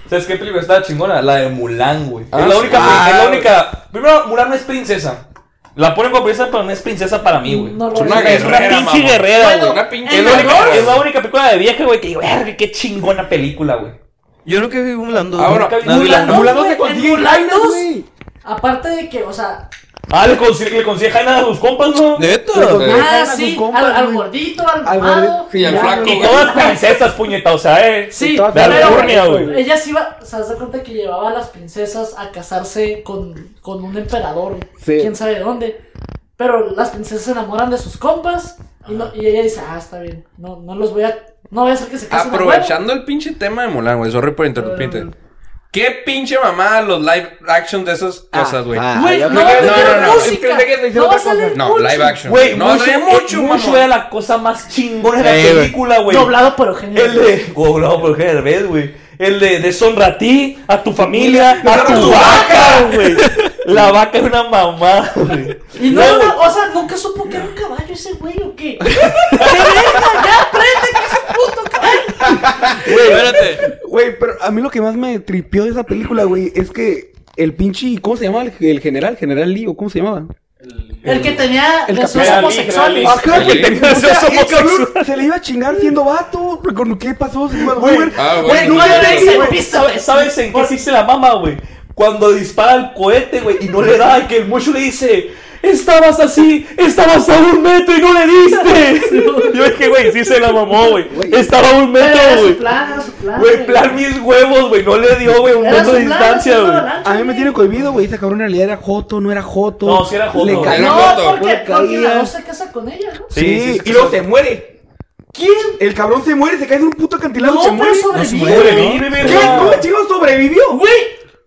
F: ¿sabes qué película estaba chingona? La de Mulan, güey.
G: Ah,
F: es la
G: sí.
F: única, es la única. Primero, Mulan no es princesa. La ponen como princesa, pero no es princesa para mí, güey.
E: No lo
F: es una,
E: es.
F: es una
D: Guerrera,
F: pinche
D: mamá.
F: guerrera, güey.
D: Una pinche
E: en
F: Es la, única,
D: guerrera.
F: es la única película de vieja, güey, que digo, verga, qué chingona película, güey.
G: Yo nunca vi Mulan 2.
D: Ahora,
F: Nunca vi
G: no,
E: Mulan
F: Mulan.
E: dos,
H: Mulan dos
E: güey,
H: se consigue
E: en Mulan
H: en China,
E: 2,
H: güey.
E: Aparte de que, o sea.
F: Ah, le consigue, le consigue Jaina a sus compas, ¿no?
G: Neta.
C: Güey,
E: Ah,
C: dejan a
E: sí,
C: sus compas,
E: al, al
C: güey.
E: gordito, al
C: Al
E: mamado.
C: gordito, y al
E: ya,
D: flaco,
E: güey.
F: Y todas princesas, puñeta, o sea, eh.
E: Sí,
C: Y todas
E: pero
F: Alcurnia,
E: güey,
F: güey.
E: ella se iba, o sea, se da cuenta que llevaba a las princesas a casarse con, con un emperador,
C: Sí.
E: quién sabe dónde. Pero las princesas se enamoran de sus compas y, no- y ella dice, ah, está bien, no, no los voy a, no voy a hacer que se casen. a huevo".
D: Aprovechando el pinche tema de Mulan, güey. Sorry por interrumpirte. ¿Qué pinche mamada los live action de esas cosas, güey?
C: ah.
E: Güey,
C: ya
E: no
C: me-
E: va a
D: no,
E: salir
D: no, no,
E: música,
C: es que le hicieron
E: no va a
C: otra
E: salir
D: No, live action.
F: Güey,
D: no,
F: Mushu,
D: de mucho,
F: Mushu
D: mamón.
F: era la cosa más chingona de
G: Sí,
F: la
G: güey.
F: película, güey.
E: Doblado por Eugenio.
F: El de. Doblado por Eugenio Derbez, güey. El de deshonra a ti, a tu familia, a
D: tu
F: tu vaca, güey. La vaca es una mamá, güey.
E: Y no,
F: No,
E: no, o sea, nunca supo que era un caballo ese güey o qué. ¡Qué verga! ¡Ya aprende que es un puto caballo!
D: Espérate.
C: Güey, pero a mí lo que más me tripió de esa película, güey, es que el pinche. ¿Cómo se llamaba el, el general? ¿General Lee o cómo se llamaba?
E: El que tenía
C: El
E: deseos
F: capitán.
E: homosexuales.
C: Ajá, güey.
D: Sí.
C: O sea,
F: Somos
C: el cabrón
F: sexual.
C: se le iba a chingar siendo vato. ¿Con qué pasó? Se iba a mover.
D: Ah, güey.
C: Güey, nunca
E: No le
C: entendí,
E: dicen
C: güey.
E: pista,
F: ¿Sabes, sabes en qué se hizo la mamá, güey? Cuando dispara el cohete, güey, y no le da, y que el Mushu le dice. Estabas así, estabas a un metro y no le diste. Yo dije, güey, sí se la mamó, güey. Estaba a un metro,
E: Era su
F: güey.
E: plan, era su plan.
F: Güey, plan mis huevos, güey. No le dio, güey, un
E: Era su
F: metro de
E: plan,
F: distancia,
E: era su
F: güey.
E: avalancha,
C: A mí me
E: güey.
C: tiene cohibido, güey. Ese cabrón en realidad era Joto, no era Joto.
F: No, sí era joto.
C: Le
D: Era
C: cayó.
E: No,
D: Foto.
E: porque,
C: Una
E: porque la
C: caída.
E: voz se casa con ella, ¿no?
C: Sí,
F: Sí, sí, sí,
C: y luego
F: sí.
C: se muere.
E: ¿Quién?
C: El cabrón se muere, se cae de un puto acantilado.
E: No,
C: se
E: pero
C: muere.
E: sobrevive.
F: Sobrevive,
C: ¿Qué? ¿Cómo chicos sobrevivió?
E: Güey,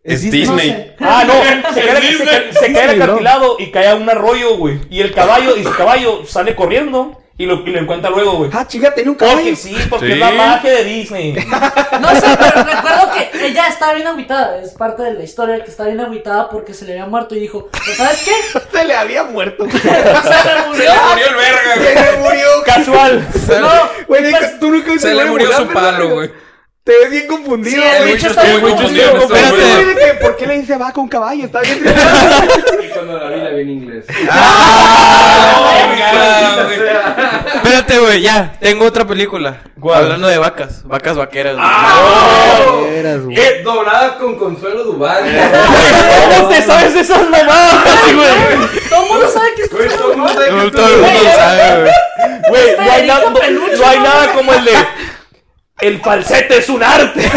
D: Es
E: no
D: Disney.
E: sé.
F: Ah, no, se cae, se cae- se cae el acantilado y cae a un arroyo, güey. Y el caballo, y su caballo sale corriendo y lo, y lo encuentra luego, güey.
C: Ah, chica, tenía un caballo.
F: Porque sí, porque
D: Sí.
F: es la magia de Disney.
E: No sé, pero recuerdo que ella estaba bien agüitada. Es parte de la historia que estaba bien agüitada porque se le había muerto y dijo, "¿Pues ¿sabes qué?
C: Se le había muerto.
E: Se le
D: Se
E: murió.
D: le murió el verga, güey.
F: Casual.
E: No,
C: Güey,
F: pues,
C: tú nunca viste
D: Se le
C: güey,
D: murió su
C: volando,
D: palo,
C: güey.
D: güey.
C: Te ves bien confundido.
E: Sí, el
C: güey.
E: bicho está bien
D: muy
E: confundido.
D: confundido.
C: Este
G: Espérate.
C: güey de que, ¿Por qué le dice va con caballo? Está bien.
B: Y cuando la vi, la vi en inglés.
D: Ah, güey.
G: Espérate, güey, ya. Tengo otra película. Hablando de vacas. Vacas vaqueras, güey.
C: Eras, güey.
B: Eh, Doblada con Consuelo Duval.
F: ¿Cómo te sabes de esas mamadas, güey?
E: todo el mundo sabe que es
B: Güey, todo el mundo sabe que
G: Todo-
B: esto-
G: todo el mundo sabe, güey.
F: Güey, no hay,
E: Federico
F: nada- no-
E: Peluche,
F: no hay
E: ¿no?
F: nada como el de. El falsete es un arte.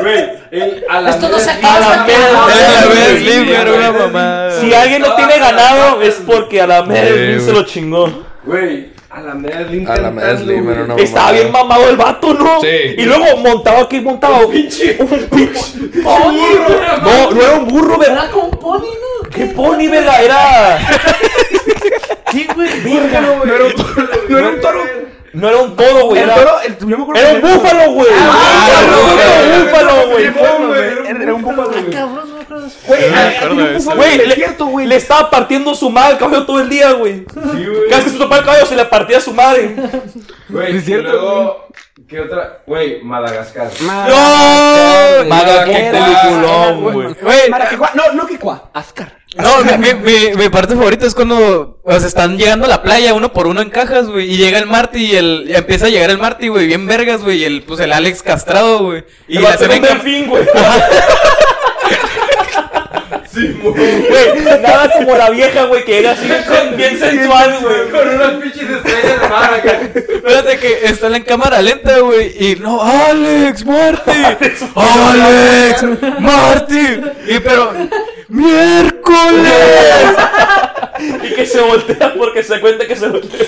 B: Güey, el a la
E: Esto no se
B: mera-
E: acaba
B: a la
E: hasta que-
B: mera-
E: Ah,
G: Era la
D: güey,
G: vez
D: sí,
G: libre, era
D: güey.
G: una mamá.
F: Si alguien lo tiene ganado, es porque a la
G: Sí,
F: madre se
G: güey.
F: lo chingó.
B: Güey, a la Merlin.
D: A la Merlin, pero no.
F: Estaba bien mamado el vato, ¿no?
D: Sí.
F: Y luego montado aquí, montado.
B: Pinche.
F: Un pinche pony, güey. No, no era un burro, ¿verdad?
E: Era como un pony, ¿no?
F: ¿Qué pony, verga? Era.
E: Sí, güey.
C: No era un toro. No era un toro.
F: No era un toro, güey.
C: El
F: Era,
C: toro, el- yo me acuerdo
F: era
C: que
F: un búfalo, güey.
D: ah,
F: Era un
D: no,
F: búfalo,
D: güey.
F: búfalo, güey.
C: Era un búfalo,
E: Ah,
C: güey.
E: cabrón, no me acuerdo.
C: Güey,
G: Ah, me acuerdo de
C: era un
G: eso.
C: búfalo en
F: Güey,
C: el
F: le,
C: desierto, güey.
F: le estaba partiendo su madre al caballo todo el día, güey.
B: Sí, güey.
F: Cada vez que se topaba el caballo se le partía su madre.
B: Güey,
C: Sí, es cierto,
B: y luego, ¿Qué otra? Güey, Madagascar.
F: ¡No! Maga, qué
H: Madagascar.
F: peliculón, güey.
A: Güey,
C: Maraquecua- No, no que cua, Ascar.
G: No, mi, mi- mi- mi parte favorita es cuando o sea, están llegando a la playa uno por uno en cajas, güey. Y llega el Marty y el, y empieza a llegar el Marty, güey, bien vergas, güey. Y el, pues el Alex castrado, güey. Y la hacen
F: hacer un
G: en cam-
F: delfín, güey.
B: Sí, güey.
F: Güey, Nada como la vieja, güey, que era así bien- bien sensual, güey.
B: Con unas pinches estrellas de mar acá.
G: Espérate que están en cámara lenta, güey. Y no, Alex, Marty. Alex, Marty. Y pero, miércoles.
F: Y que se voltea porque se da cuenta que se voltea.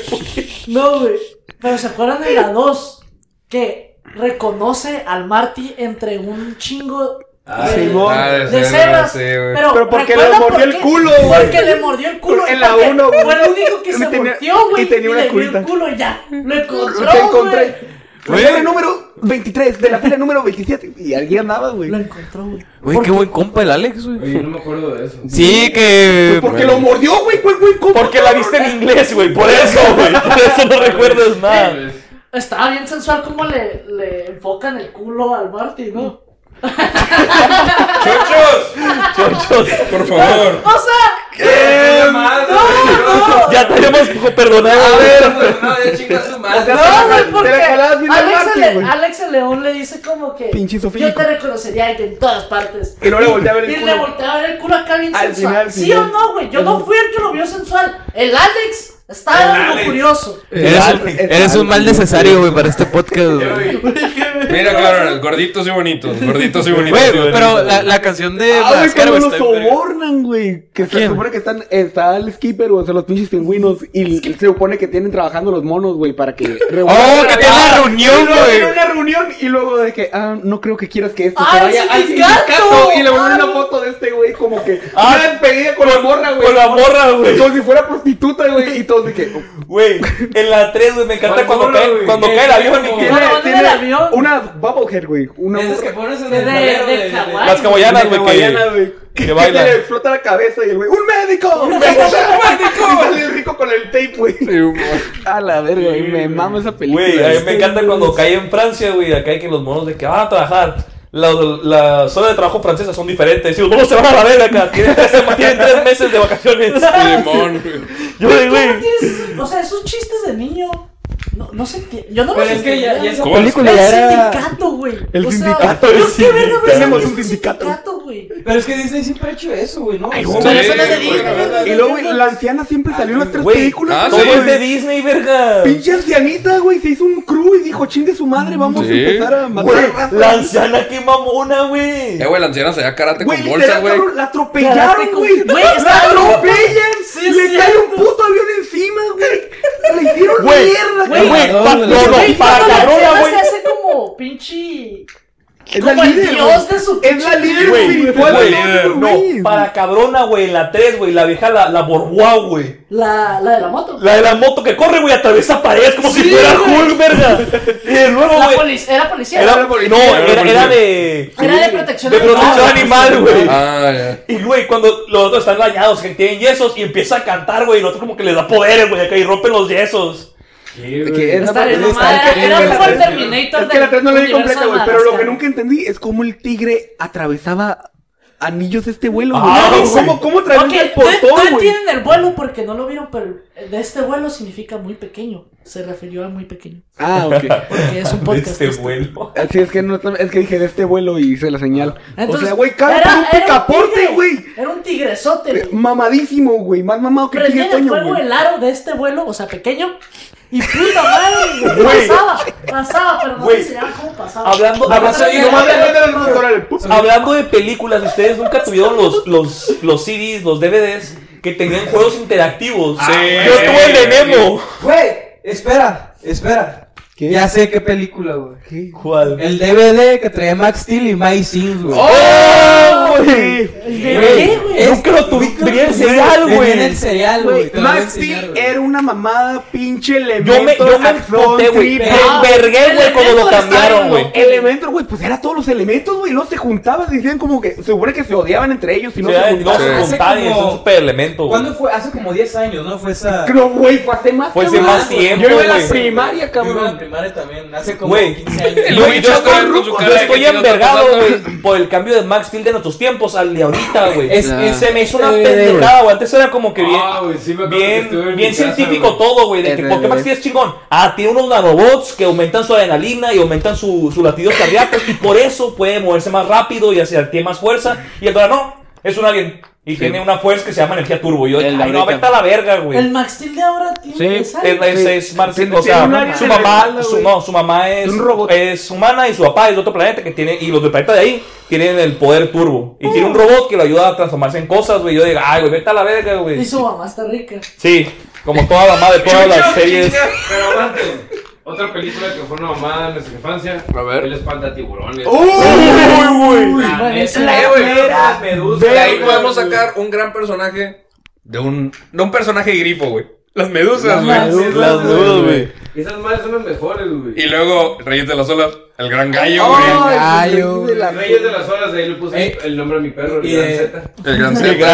E: No, güey. Pero se acuerdan de la 2 que reconoce al Marty entre un chingo de,
C: Simón.
D: Ah, de
E: de cebras.
D: cebras, sí, güey.
E: pero,
C: Pero porque le
E: ¿recuerdan
C: mordió
E: por
C: el
E: qué?
C: culo, güey.
E: Porque le mordió el culo.
C: En la
E: porque
C: uno, güey.
E: Fue el único que
C: Y
E: se
C: tenía-
E: volteó, güey.
C: y tenía una
E: le dio
C: culpa.
E: el culo y ya. Lo encontró,
C: Te
E: güey.
C: encontré. La fila número 23, de la fila número 27. Y alguien andaba, güey.
E: Lo encontró, güey.
G: Güey, qué buen compa el Alex, güey.
B: Oye, no me acuerdo de eso.
G: Sí, que.
C: Porque lo mordió, güey. ¿Cuál, güey? ¿Cómo?
F: Porque la viste en inglés, güey. Por eso, güey. Por eso no recuerdas nada.
E: Estaba bien sensual como le, le enfocan el culo al Marty,
C: Mm.
E: ¿no?
F: Chochos.
D: Por favor.
E: O sea,
B: ¡Qué madre!
E: no, no.
F: Ya tenemos perdonado.
B: A ver, no, ya chinga su madre.
E: No, güey, porque
C: Te la jalabas bien al
E: Alex,
C: Marty,
E: Le-
C: güey.
E: Alex León le dice como que
C: Pinche
E: yo
C: sofílico.
E: te reconocería en todas partes.
C: Y no le volteaba el
E: Y
C: culo.
E: le volteaba a ver el culo acá bien
C: Al
E: sensual.
C: final,
E: ¿Sí
C: final.
E: o no, güey? Yo no fui el que lo vio sensual. El Alex estaba algo curioso.
G: Eres un, eres un mal necesario, güey, para este podcast, güey.
B: Güey,
D: Mira, claro, gorditos y bonitos. Gorditos y bonitos.
G: Güey,
D: y bonitos.
G: pero la, la canción de
C: Ah, güey,
G: Madagascar,
C: cuando
G: güey,
C: los
G: está bien verga.
C: sobornan, güey. Que se
G: ¿Quién?
C: supone que están. Está el skipper, güey. O sea, los pinches pingüinos. Y se supone que tienen trabajando los monos, güey, para que.
G: Oh, que tiene la
C: Y
G: reunión,
C: luego tienen
G: güey.
C: una reunión y luego de que, ah, no creo que quieras que esto
E: ¡Ah,
C: se
E: el
C: vaya al
E: sindicato!
C: sindicato. Y le ponen
E: Ah.
C: una foto de este güey como que
F: Ah,
C: una despedida con la morra, güey.
F: Con la morra, güey.
C: Como si fuera prostituta, güey. Y todos de que...
F: Güey, en la 3, güey, me encanta cuando
B: Cuando
F: cae,
B: güey.
F: cuando cae el avión.
B: Como-
F: y que-
E: Bueno, van en el avión.
C: una bubblehead, güey. Una
B: Esas que
C: morra.
B: pones en
E: De,
B: el
E: de,
B: tablero
E: de
B: de- de-
E: Hawái.
F: Las hawaianas, güey.
C: Una
F: que-
C: guayana, güey.
F: que baila.
C: le explota la cabeza y el güey, ¡un médico! ¡Un médico! Y sale el rico con el tape, güey. A la verga, güey. Me mamo esa película.
F: Güey, a mí me encanta cuando cae en Francia, güey. Acá hay que los monos de que van a trabajar. La, la zona de trabajo francesa son diferentes. Y los monos se van a la verga acá. Tienen tres, sema- tienen tres meses de vacaciones.
D: Simón, güey.
F: Yo, güey,
E: ¿Cómo
F: güey.
E: tienes- O sea, esos chistes de niño. No, no sé qué. Yo no
B: Pero
E: los
B: es que ya- ya
E: entendía.
B: esa
D: ¿Cómo?
C: película
E: El
C: era-
E: sindicato, güey.
C: El
E: O sea,
C: sindicato,
E: yo
F: el
E: qué verga
F: sindicato.
E: me sentí
C: Tenemos un
E: un
C: sindicato.
E: sindicato, güey.
H: Pero es que Disney siempre ha hecho eso, güey, ¿no?
C: güey.
E: Pero eso
D: Sí,
E: no es de
D: güey.
E: Disney, ¿verdad?
C: Y luego, güey, la anciana siempre salió en las tres
F: Güey,
C: películas.
D: ah,
F: Todo
D: sí.
F: es de Disney, verga.
C: Pinche ancianita, güey, se hizo un crew y dijo, chingue su madre, vamos
D: Sí.
C: a empezar a matar
F: Güey,
C: a raza".
F: la anciana, qué mamona, güey.
D: Eh, güey, la anciana se da karate
C: Güey,
D: con bolsa,
C: literal,
D: güey.
C: cabrón, la
E: Karate
C: atropellaron,
E: con-
C: güey.
E: Güey,
C: La
E: está loca.
C: atropellan.
E: Sí, es
C: le cae
E: cierto.
C: un puto avión encima, güey. Le hicieron
F: Güey,
C: mierda,
E: güey,
F: Güey,
C: cabrón.
F: pa- no, no,
E: Güey,
F: para
E: cuando la
F: cabrona,
E: anciana
F: güey.
E: Se hace como pinche.
C: Es
E: como el dios
C: güey.
E: de su
C: Es la
E: pinche-
C: líder
F: Güey,
C: espiritual.
F: güey,
C: de
F: No,
C: los güeyes.
F: para cabrona, güey, en la 3, güey, la vieja, la, la Borboa, güey.
E: La, la de la moto.
F: La de la moto que corre, güey, atraviesa paredes como si
E: Sí,
F: fuera
E: güey.
F: Hulk, verga. Y luego,
E: La
F: güey,
E: polic- era policía.
F: era,
E: Era,
F: no, era, era de...
E: de protección
F: De protección
E: animal.
F: animal, güey.
D: Ah, ya.
F: Y, güey, cuando los otros están dañados, que tienen yesos, y empieza a cantar, güey, y el otro como que les da poderes, güey, acá y rompen los yesos.
C: Que es la
E: Está bien,
C: parte-
E: mamá,
C: está-
E: era- era como el Terminator
C: Es que la
E: del
C: 3 no la vi
E: universo
C: completa, güey. Pero lo que
E: Madagascar.
C: nunca entendí es cómo el tigre atravesaba anillos de este vuelo, güey.
F: Ah, güey.
C: ¿Cómo, cómo
E: Ok,
C: atraviesa el
E: no- no
C: portón, güey?
E: entienden el vuelo porque no lo vieron, pero de este vuelo significa muy pequeño. Se refirió a muy pequeño.
C: Ah, ok.
E: Porque es un
F: De
E: podcast.
F: este vuelo.
C: Así Ah, es que no, es que dije de este vuelo y hice la señal.
E: Entonces,
C: o sea, güey, cabe
E: era-
C: por un
E: era
C: picaporte,
E: tigre,
C: güey.
E: Era un tigresote,
C: Eh,
E: güey.
C: Mamadísimo, güey. Más mamado que
E: Prendían
C: Tigre
E: el
C: Toño,
E: fuego
C: güey.
E: el aro de este vuelo, o sea, pequeño. Y puta madre, güey.
F: Güey.
E: Pasaba, pasaba, pero no
F: Güey.
E: me enseñaba cómo pasaba.
F: Hablando-
E: No,
F: hablando-
E: no,
C: Y
E: no,
C: nomás
E: no,
C: le
E: no,
C: meten al motor al pup.
F: Hablando de películas, ustedes nunca tuvieron los, los, los CDs, los DVDs, que tenían juegos interactivos. Ah,
D: Sí.
F: Yo tuve el de Nemo.
H: Güey, espera, espera.
C: ¿Qué?
H: Ya sé qué película, güey.
F: ¿Cuál?
H: El DVD que traía Max Steel y Mike Sims, güey.
F: ¡Oh, güey!
C: güey.
E: ¿De qué, güey?
F: Nunca lo tuve. Tenía el cereal,
H: Tenía en
F: güey.
H: el cereal, güey.
C: Güey,
H: te lo voy a
C: Max
H: enseñar,
C: Steel
H: güey.
C: era una mamada, pinche elemento.
F: Yo me, yo me
C: acción,
F: empoté, güey.
C: triple
F: Me
C: A.
F: envergué, güey, cuando lo
E: Elemento de
F: cambiaron,
E: Star,
F: güey.
E: ¿no?
C: Elementos, güey, pues era todos los elementos, güey. No se juntaban, decían como que. Se supone que se odiaban entre ellos y no
F: O sea,
C: se
F: No
C: juntaban.
F: se
H: Hace
F: juntaban y es
H: como-
F: un super elemento, güey.
H: ¿Cuándo fue? Hace como 10 años, ¿no? Fue esa.
C: Pero, güey, fue hace más
F: Fue hace
C: cabrón.
F: más tiempo,
C: Yo iba a la
F: güey.
C: primaria,
H: Yo iba a la
C: cabrón.
H: primaria también, hace como
F: Güey.
H: 15 años.
D: El
F: Yo,
D: Luis
F: yo
D: ya
F: estoy,
D: está con su
F: yo
D: cara de
F: estoy
D: que no está
F: envergado,
D: pasando.
F: güey, por el cambio de Max Steel de nuestros tiempos al de ahorita, güey.
H: Es-
F: Ah.
H: es-
F: se me hizo una
H: eh,
F: pendejada, güey. Antes era como que bien,
B: Ah, güey, sí me acuerdo que
F: bien,
B: estuve en mi
F: bien
B: casa,
F: científico
B: güey.
F: todo, güey. De que,
C: Es
F: ¿Por qué Max
C: real.
F: Steel es chingón? Ah, tiene unos nanobots que aumentan su adrenalina y aumentan su, su latido cardíaco y por eso puede moverse más rápido y hacia tiene más fuerza. Y el dragón no, es un alien. Y tiene una fuerza que se llama energía turbo. Y Yo,
G: El de
F: ay, no,
G: ahorita.
F: vete a la verga, güey.
E: El Maxil de ahora tiene
C: Sí,
E: que salir.
F: Es, es,
C: Sí.
F: es Marcel,
C: Sí,
F: o sea,
C: tiene un área
F: su
C: de
F: mamá,
C: respaldo,
F: su,
C: güey.
F: no, su mamá es,
C: Un robot.
F: es humana y su papá es de otro planeta que tiene, y los del planeta de ahí tienen el poder turbo. Y tiene un robot que lo ayuda a transformarse en cosas, güey. Yo digo, ay, güey, vete a la verga,
E: Y
F: güey.
E: su mamá está rica.
F: Sí, como toda la madre, todas las series.
B: Pero aguanten. Otra película que fue una mamada en nuestra infancia.
D: A ver. Oh.
B: El espanta tiburones.
C: Uh,
E: Regresa.
B: La mera medusa.
D: De ahí podemos sacar un gran personaje de un. De un personaje grifo, güey. Las medusas, güey.
B: Las dudas, güey. Esas madres son las mejores, güey.
D: Y luego, Reyes de las Olas, el gran gallo, güey.
H: Gallo,
C: de la-
B: Reyes de las Olas, ahí le puse
H: Eh,
B: el nombre a mi perro, el
H: y eh,
B: gran
H: de-
B: Z.
D: el
F: El
D: gran Zeta,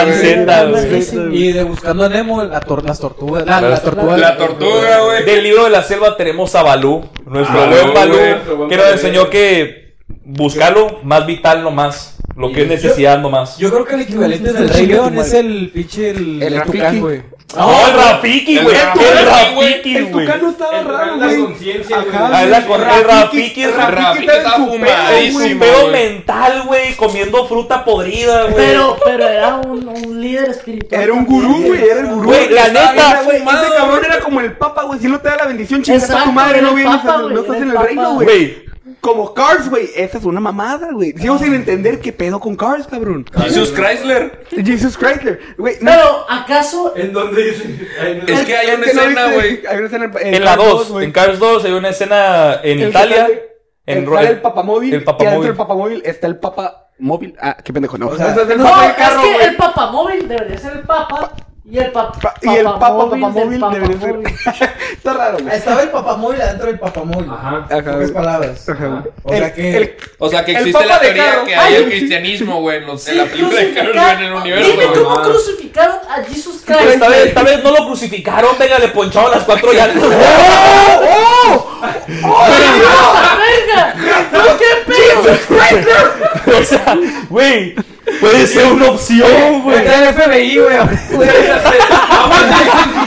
F: gran
D: güey.
F: Z, güey.
H: Y de buscando a Nemo, la tor- las tortugas. La, la tortuga.
D: La tortuga, güey.
F: Del libro de la selva tenemos a Balú, nuestro
D: Ah,
F: buen
D: Balú,
B: güey.
F: Balú, que nos enseñó que buscarlo más vital nomás, lo que es necesidad nomás.
H: Yo creo que el equivalente del Rey León es el pinche el,
C: El
H: el
C: Rafiki.
H: tucán, güey.
F: ¡Oh, el Rafiki,
D: El
F: güey!
D: Rafiki,
F: ¡El
D: güey.
F: Rafiki,
C: El
F: güey!
C: tucano estaba
B: El
C: raro,
B: tucán da
C: güey.
B: conciencia, güey.
C: Ajá,
F: Ah,
C: güey.
F: la cor- el Rafiki es
C: Rafiki
D: Rafiki
C: está en
D: está
C: su pedo,
F: Es
D: fumadísimo.
C: güey.
F: un pedo
D: güey.
F: mental, güey, comiendo fruta podrida, güey.
E: Pero, pero era un, un líder espiritual.
C: Era un gurú, güey, era el gurú.
F: Güey, la
C: Estaba
F: neta,
C: bien, güey,
F: fumado,
C: Ese cabrón
F: güey.
C: era como el papa, güey. Si no te da la bendición, chingas a
E: Exacto,
C: tu madre,
E: era
C: no
E: el
C: vienes,
E: papa,
C: a-
E: güey,
C: no estás
E: era
C: en
E: el
C: el
E: papa.
C: reino, güey.
F: güey,
C: Como Cars, güey. Esa es una mamada, güey. Sigo sin entender qué pedo con Cars, cabrón.
D: Jesus Chrysler.
C: Jesus Chrysler. Güey, no.
E: Pero, ¿acaso
B: ¿En dónde dice? Ahí no-
D: Es que hay una
C: Es que no
D: escena,
C: viste-
D: güey.
C: Hay una escena en,
F: en la
C: Cars
F: 2,
C: güey.
F: en Cars 2, hay una escena en
C: El que
F: Italia.
C: sale-
F: En
C: el,
F: Ro-
C: sale el papamóvil.
F: el
C: Y adentro
F: papamóvil.
C: del papamóvil está el papamóvil. Ah, qué pendejo, no.
H: O sea,
C: Ese es el
E: No,
C: papá del
E: es
C: carro,
E: que
C: güey.
E: el papamóvil debería ser el papa y el pap
C: Pa- Y el papa
E: papamóvil
C: papamóvil
E: del
C: debería ser.
E: papamóvil.
C: Está raro, güey.
H: Estaba el papamóvil adentro del papamóvil.
B: Ajá.
C: Ajá,
H: Pocas
C: güey.
H: palabras.
C: Ajá, güey.
H: O sea
C: El-
H: que.
C: el-
D: O sea, que
C: El
D: existe
C: Papa
D: la
C: de
D: teoría
C: Caro.
D: que hay
E: Ay,
D: el cristianismo, güey. en los- En la película de Carol
E: Crucificar-
D: en el
E: Dime
D: universo,
E: cómo
D: güey.
E: crucificaron a Jesus Christ.
F: Esta vez, esta vez no lo crucificaron, venga, le poncharon las cuatro ¡Oh! llantas. ¡Oh!
E: ¡Ah, verga! ¡No, qué pedo!
F: o sea, güey, puede ser una opción, güey.
H: Está el FBI, güey.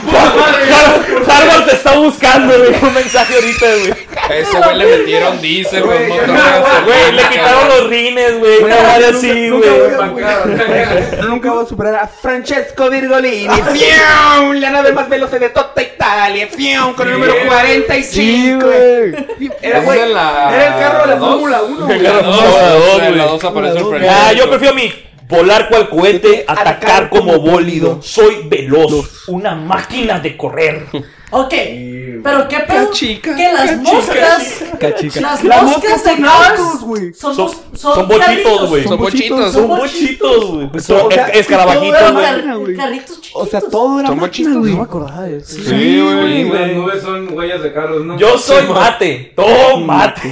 F: Har- Harvard te está buscando, güey, un mensaje ahorita, güey.
D: A ese güey le metieron diésel, güey. un montón de gasolina,
F: Güey, le quitaron
D: cabrón.
F: los rines, güey. Una madre así,
C: nunca
F: güey.
C: voy a- Nunca voy a superar a Francesco Virgolini. ¡Fium! La nave más veloz de toda Italia. ¡Fium! Con el número 45. Era, güey,
D: Es de la-
C: era el carro de la
D: dos.
C: Fórmula 1.
F: El carro de la Fórmula
D: No,
F: dos,
D: en
F: güey.
D: La dos aparece el French.
F: Ah, yo prefiero mi volar cual cohete, atacar como bólido. Soy veloz, una máquina de correr.
E: Ok, pero qué pedo que las moscas,
C: Las
E: las moscas
C: moscas
E: de
C: son
E: Cars
C: autos, güey.
E: son,
F: Son-
E: mos- son,
F: son bochitos,
E: carritos,
F: güey.
D: Son bochitos.
F: Son
E: Son
F: bochitos, güey.
C: todo,
F: Son
C: o sea,
F: es- escarabajitos,
C: todo
E: Son
C: era-
F: güey.
E: car-
C: güey.
E: carritos chiquitos.
C: O sea, todo era
D: Son
C: máquina,
D: machistas,
C: güey.
H: No me acordaba de eso.
D: Sí,
B: Y
D: güey.
B: Las nubes son huellas de carros, ¿no?
F: Yo soy mate, tomate,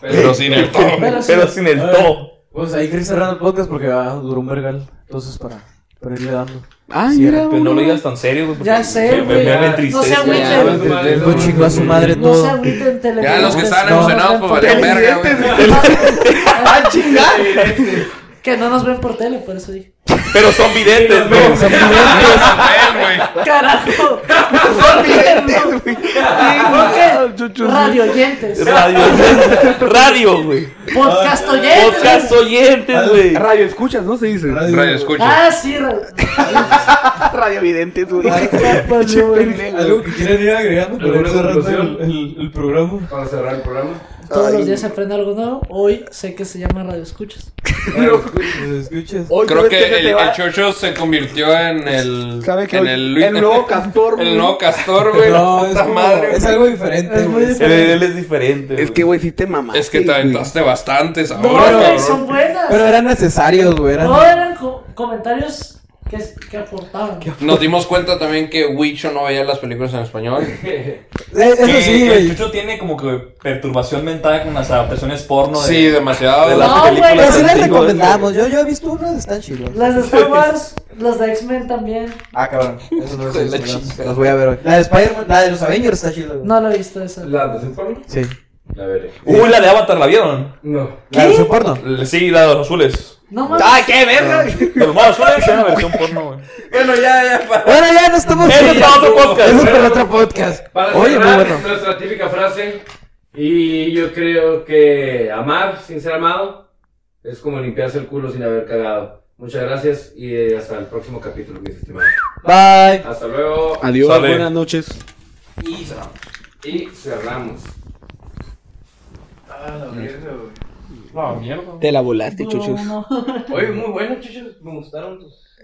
H: Eh.
D: Pero sin el todo.
H: Pero sí.
F: pero sin el to.
H: Pues ahí que ir cerrando el podcast porque ah, duró un vergal. Entonces, para, para irle dando.
C: Ah,
H: Sí,
C: mira,
F: Pues no lo
C: güey.
F: digas tan serio, güey. porque
E: Ya sé,
F: me-
E: güey. Ah,
F: Me, me
E: No se
F: entristece.
E: agüiten.
H: Luego chingó a su madre
E: No se
H: todo.
E: agüiten teléfono.
D: Ya los que estaban
H: No,
D: emocionados, pues valían verga, güey.
C: ¡Ah, chingada!
E: Que no nos ven por tele, por eso dije.
F: Pero son videntes, güey.
H: Son videntes.
E: ¡Carajo!
C: Son videntes, güey.
H: Ah,
C: Ah,
E: Ok, radio oyentes.
F: Radio, radio, güey.
E: Podcast oyentes.
F: Podcast oyentes, güey.
C: Radio escuchas, ¿no se dice?
D: Radio, escucha.
E: Ah, sí, ra-
C: Radio videntes, güey.
H: ¿Algo que quieran ir agregando para ir
B: ¿Alguna
H: cerrando el,
B: conclusión?
H: el, el programa?
B: Para cerrar el programa.
E: Todos
H: Ay.
E: los días se aprende algo nuevo. Hoy sé que se llama Radio Escuchas.
H: Pues, Oh,
D: Creo
C: este
D: que el, el Chocho se convirtió en el.
C: ¿Sabe qué?
D: en
C: el,
D: Luis-
C: nuevo castor, güey.
D: el nuevo castor, güey.
H: No, es,
D: Puta
H: como-
D: madre.
H: es algo diferente. güey.
F: Él, él es diferente.
C: Es
F: güey.
C: que, güey, sí te mamaste.
D: Es que te
C: güey.
D: aventaste bastantes
E: No,
D: ahora,
E: güey,
D: cabrón.
E: son buenas.
H: Pero eran necesarios, güey. eran-
E: No eran co- comentarios que, que aportaban.
D: Nos dimos cuenta también que Wicho no veía las películas en español.
H: Eh, Eso
F: Que-
H: sí,
F: que el
H: güey.
F: Chucho tiene como que perturbación mental con las adaptaciones porno. de-
D: Sí,
C: eh.
D: demasiado.
F: de las
E: No, güey.
F: películas.
H: Pero sí les
F: antiguas,
H: recomendamos. Yo, yo he visto unas, están chidos.
E: Las de Star Wars, las de X-Men también.
H: Ah, cabrón. Eso no
D: Hijo de
H: es
D: la
H: las las voy a ver hoy. La de Spider-Man, la de los Avengers está chida, güey.
E: No lo he visto esa.
B: ¿La de Superman?
H: Sí.
B: La veré.
F: güey. Uy, la de Avatar, ¿la vieron?
B: No.
H: La de su porno.
F: Sí, la de los azules.
E: No mames.
C: ¡Qué
F: Ah.
C: verga!
F: Los más azules es una versión porno, güey.
D: Bueno, ya, ya.
H: Bueno, ya no estamos.
F: Ese es para otro podcast.
H: Eso es para otro podcast.
B: Para
H: Oye, muy
B: cerrar
H: bueno.
B: nuestra típica frase, y yo creo que amar sin ser amado es como limpiarse el culo sin haber cagado. Muchas gracias y eh, hasta el próximo capítulo, mis estimados.
H: Bye.
B: Hasta luego.
C: Adiós,
F: Sale.
C: buenas noches.
B: Y cerramos. Y cerramos.
C: Te la volaste, chuchus.
B: Oye, muy bueno, chichos. Me gustaron tus.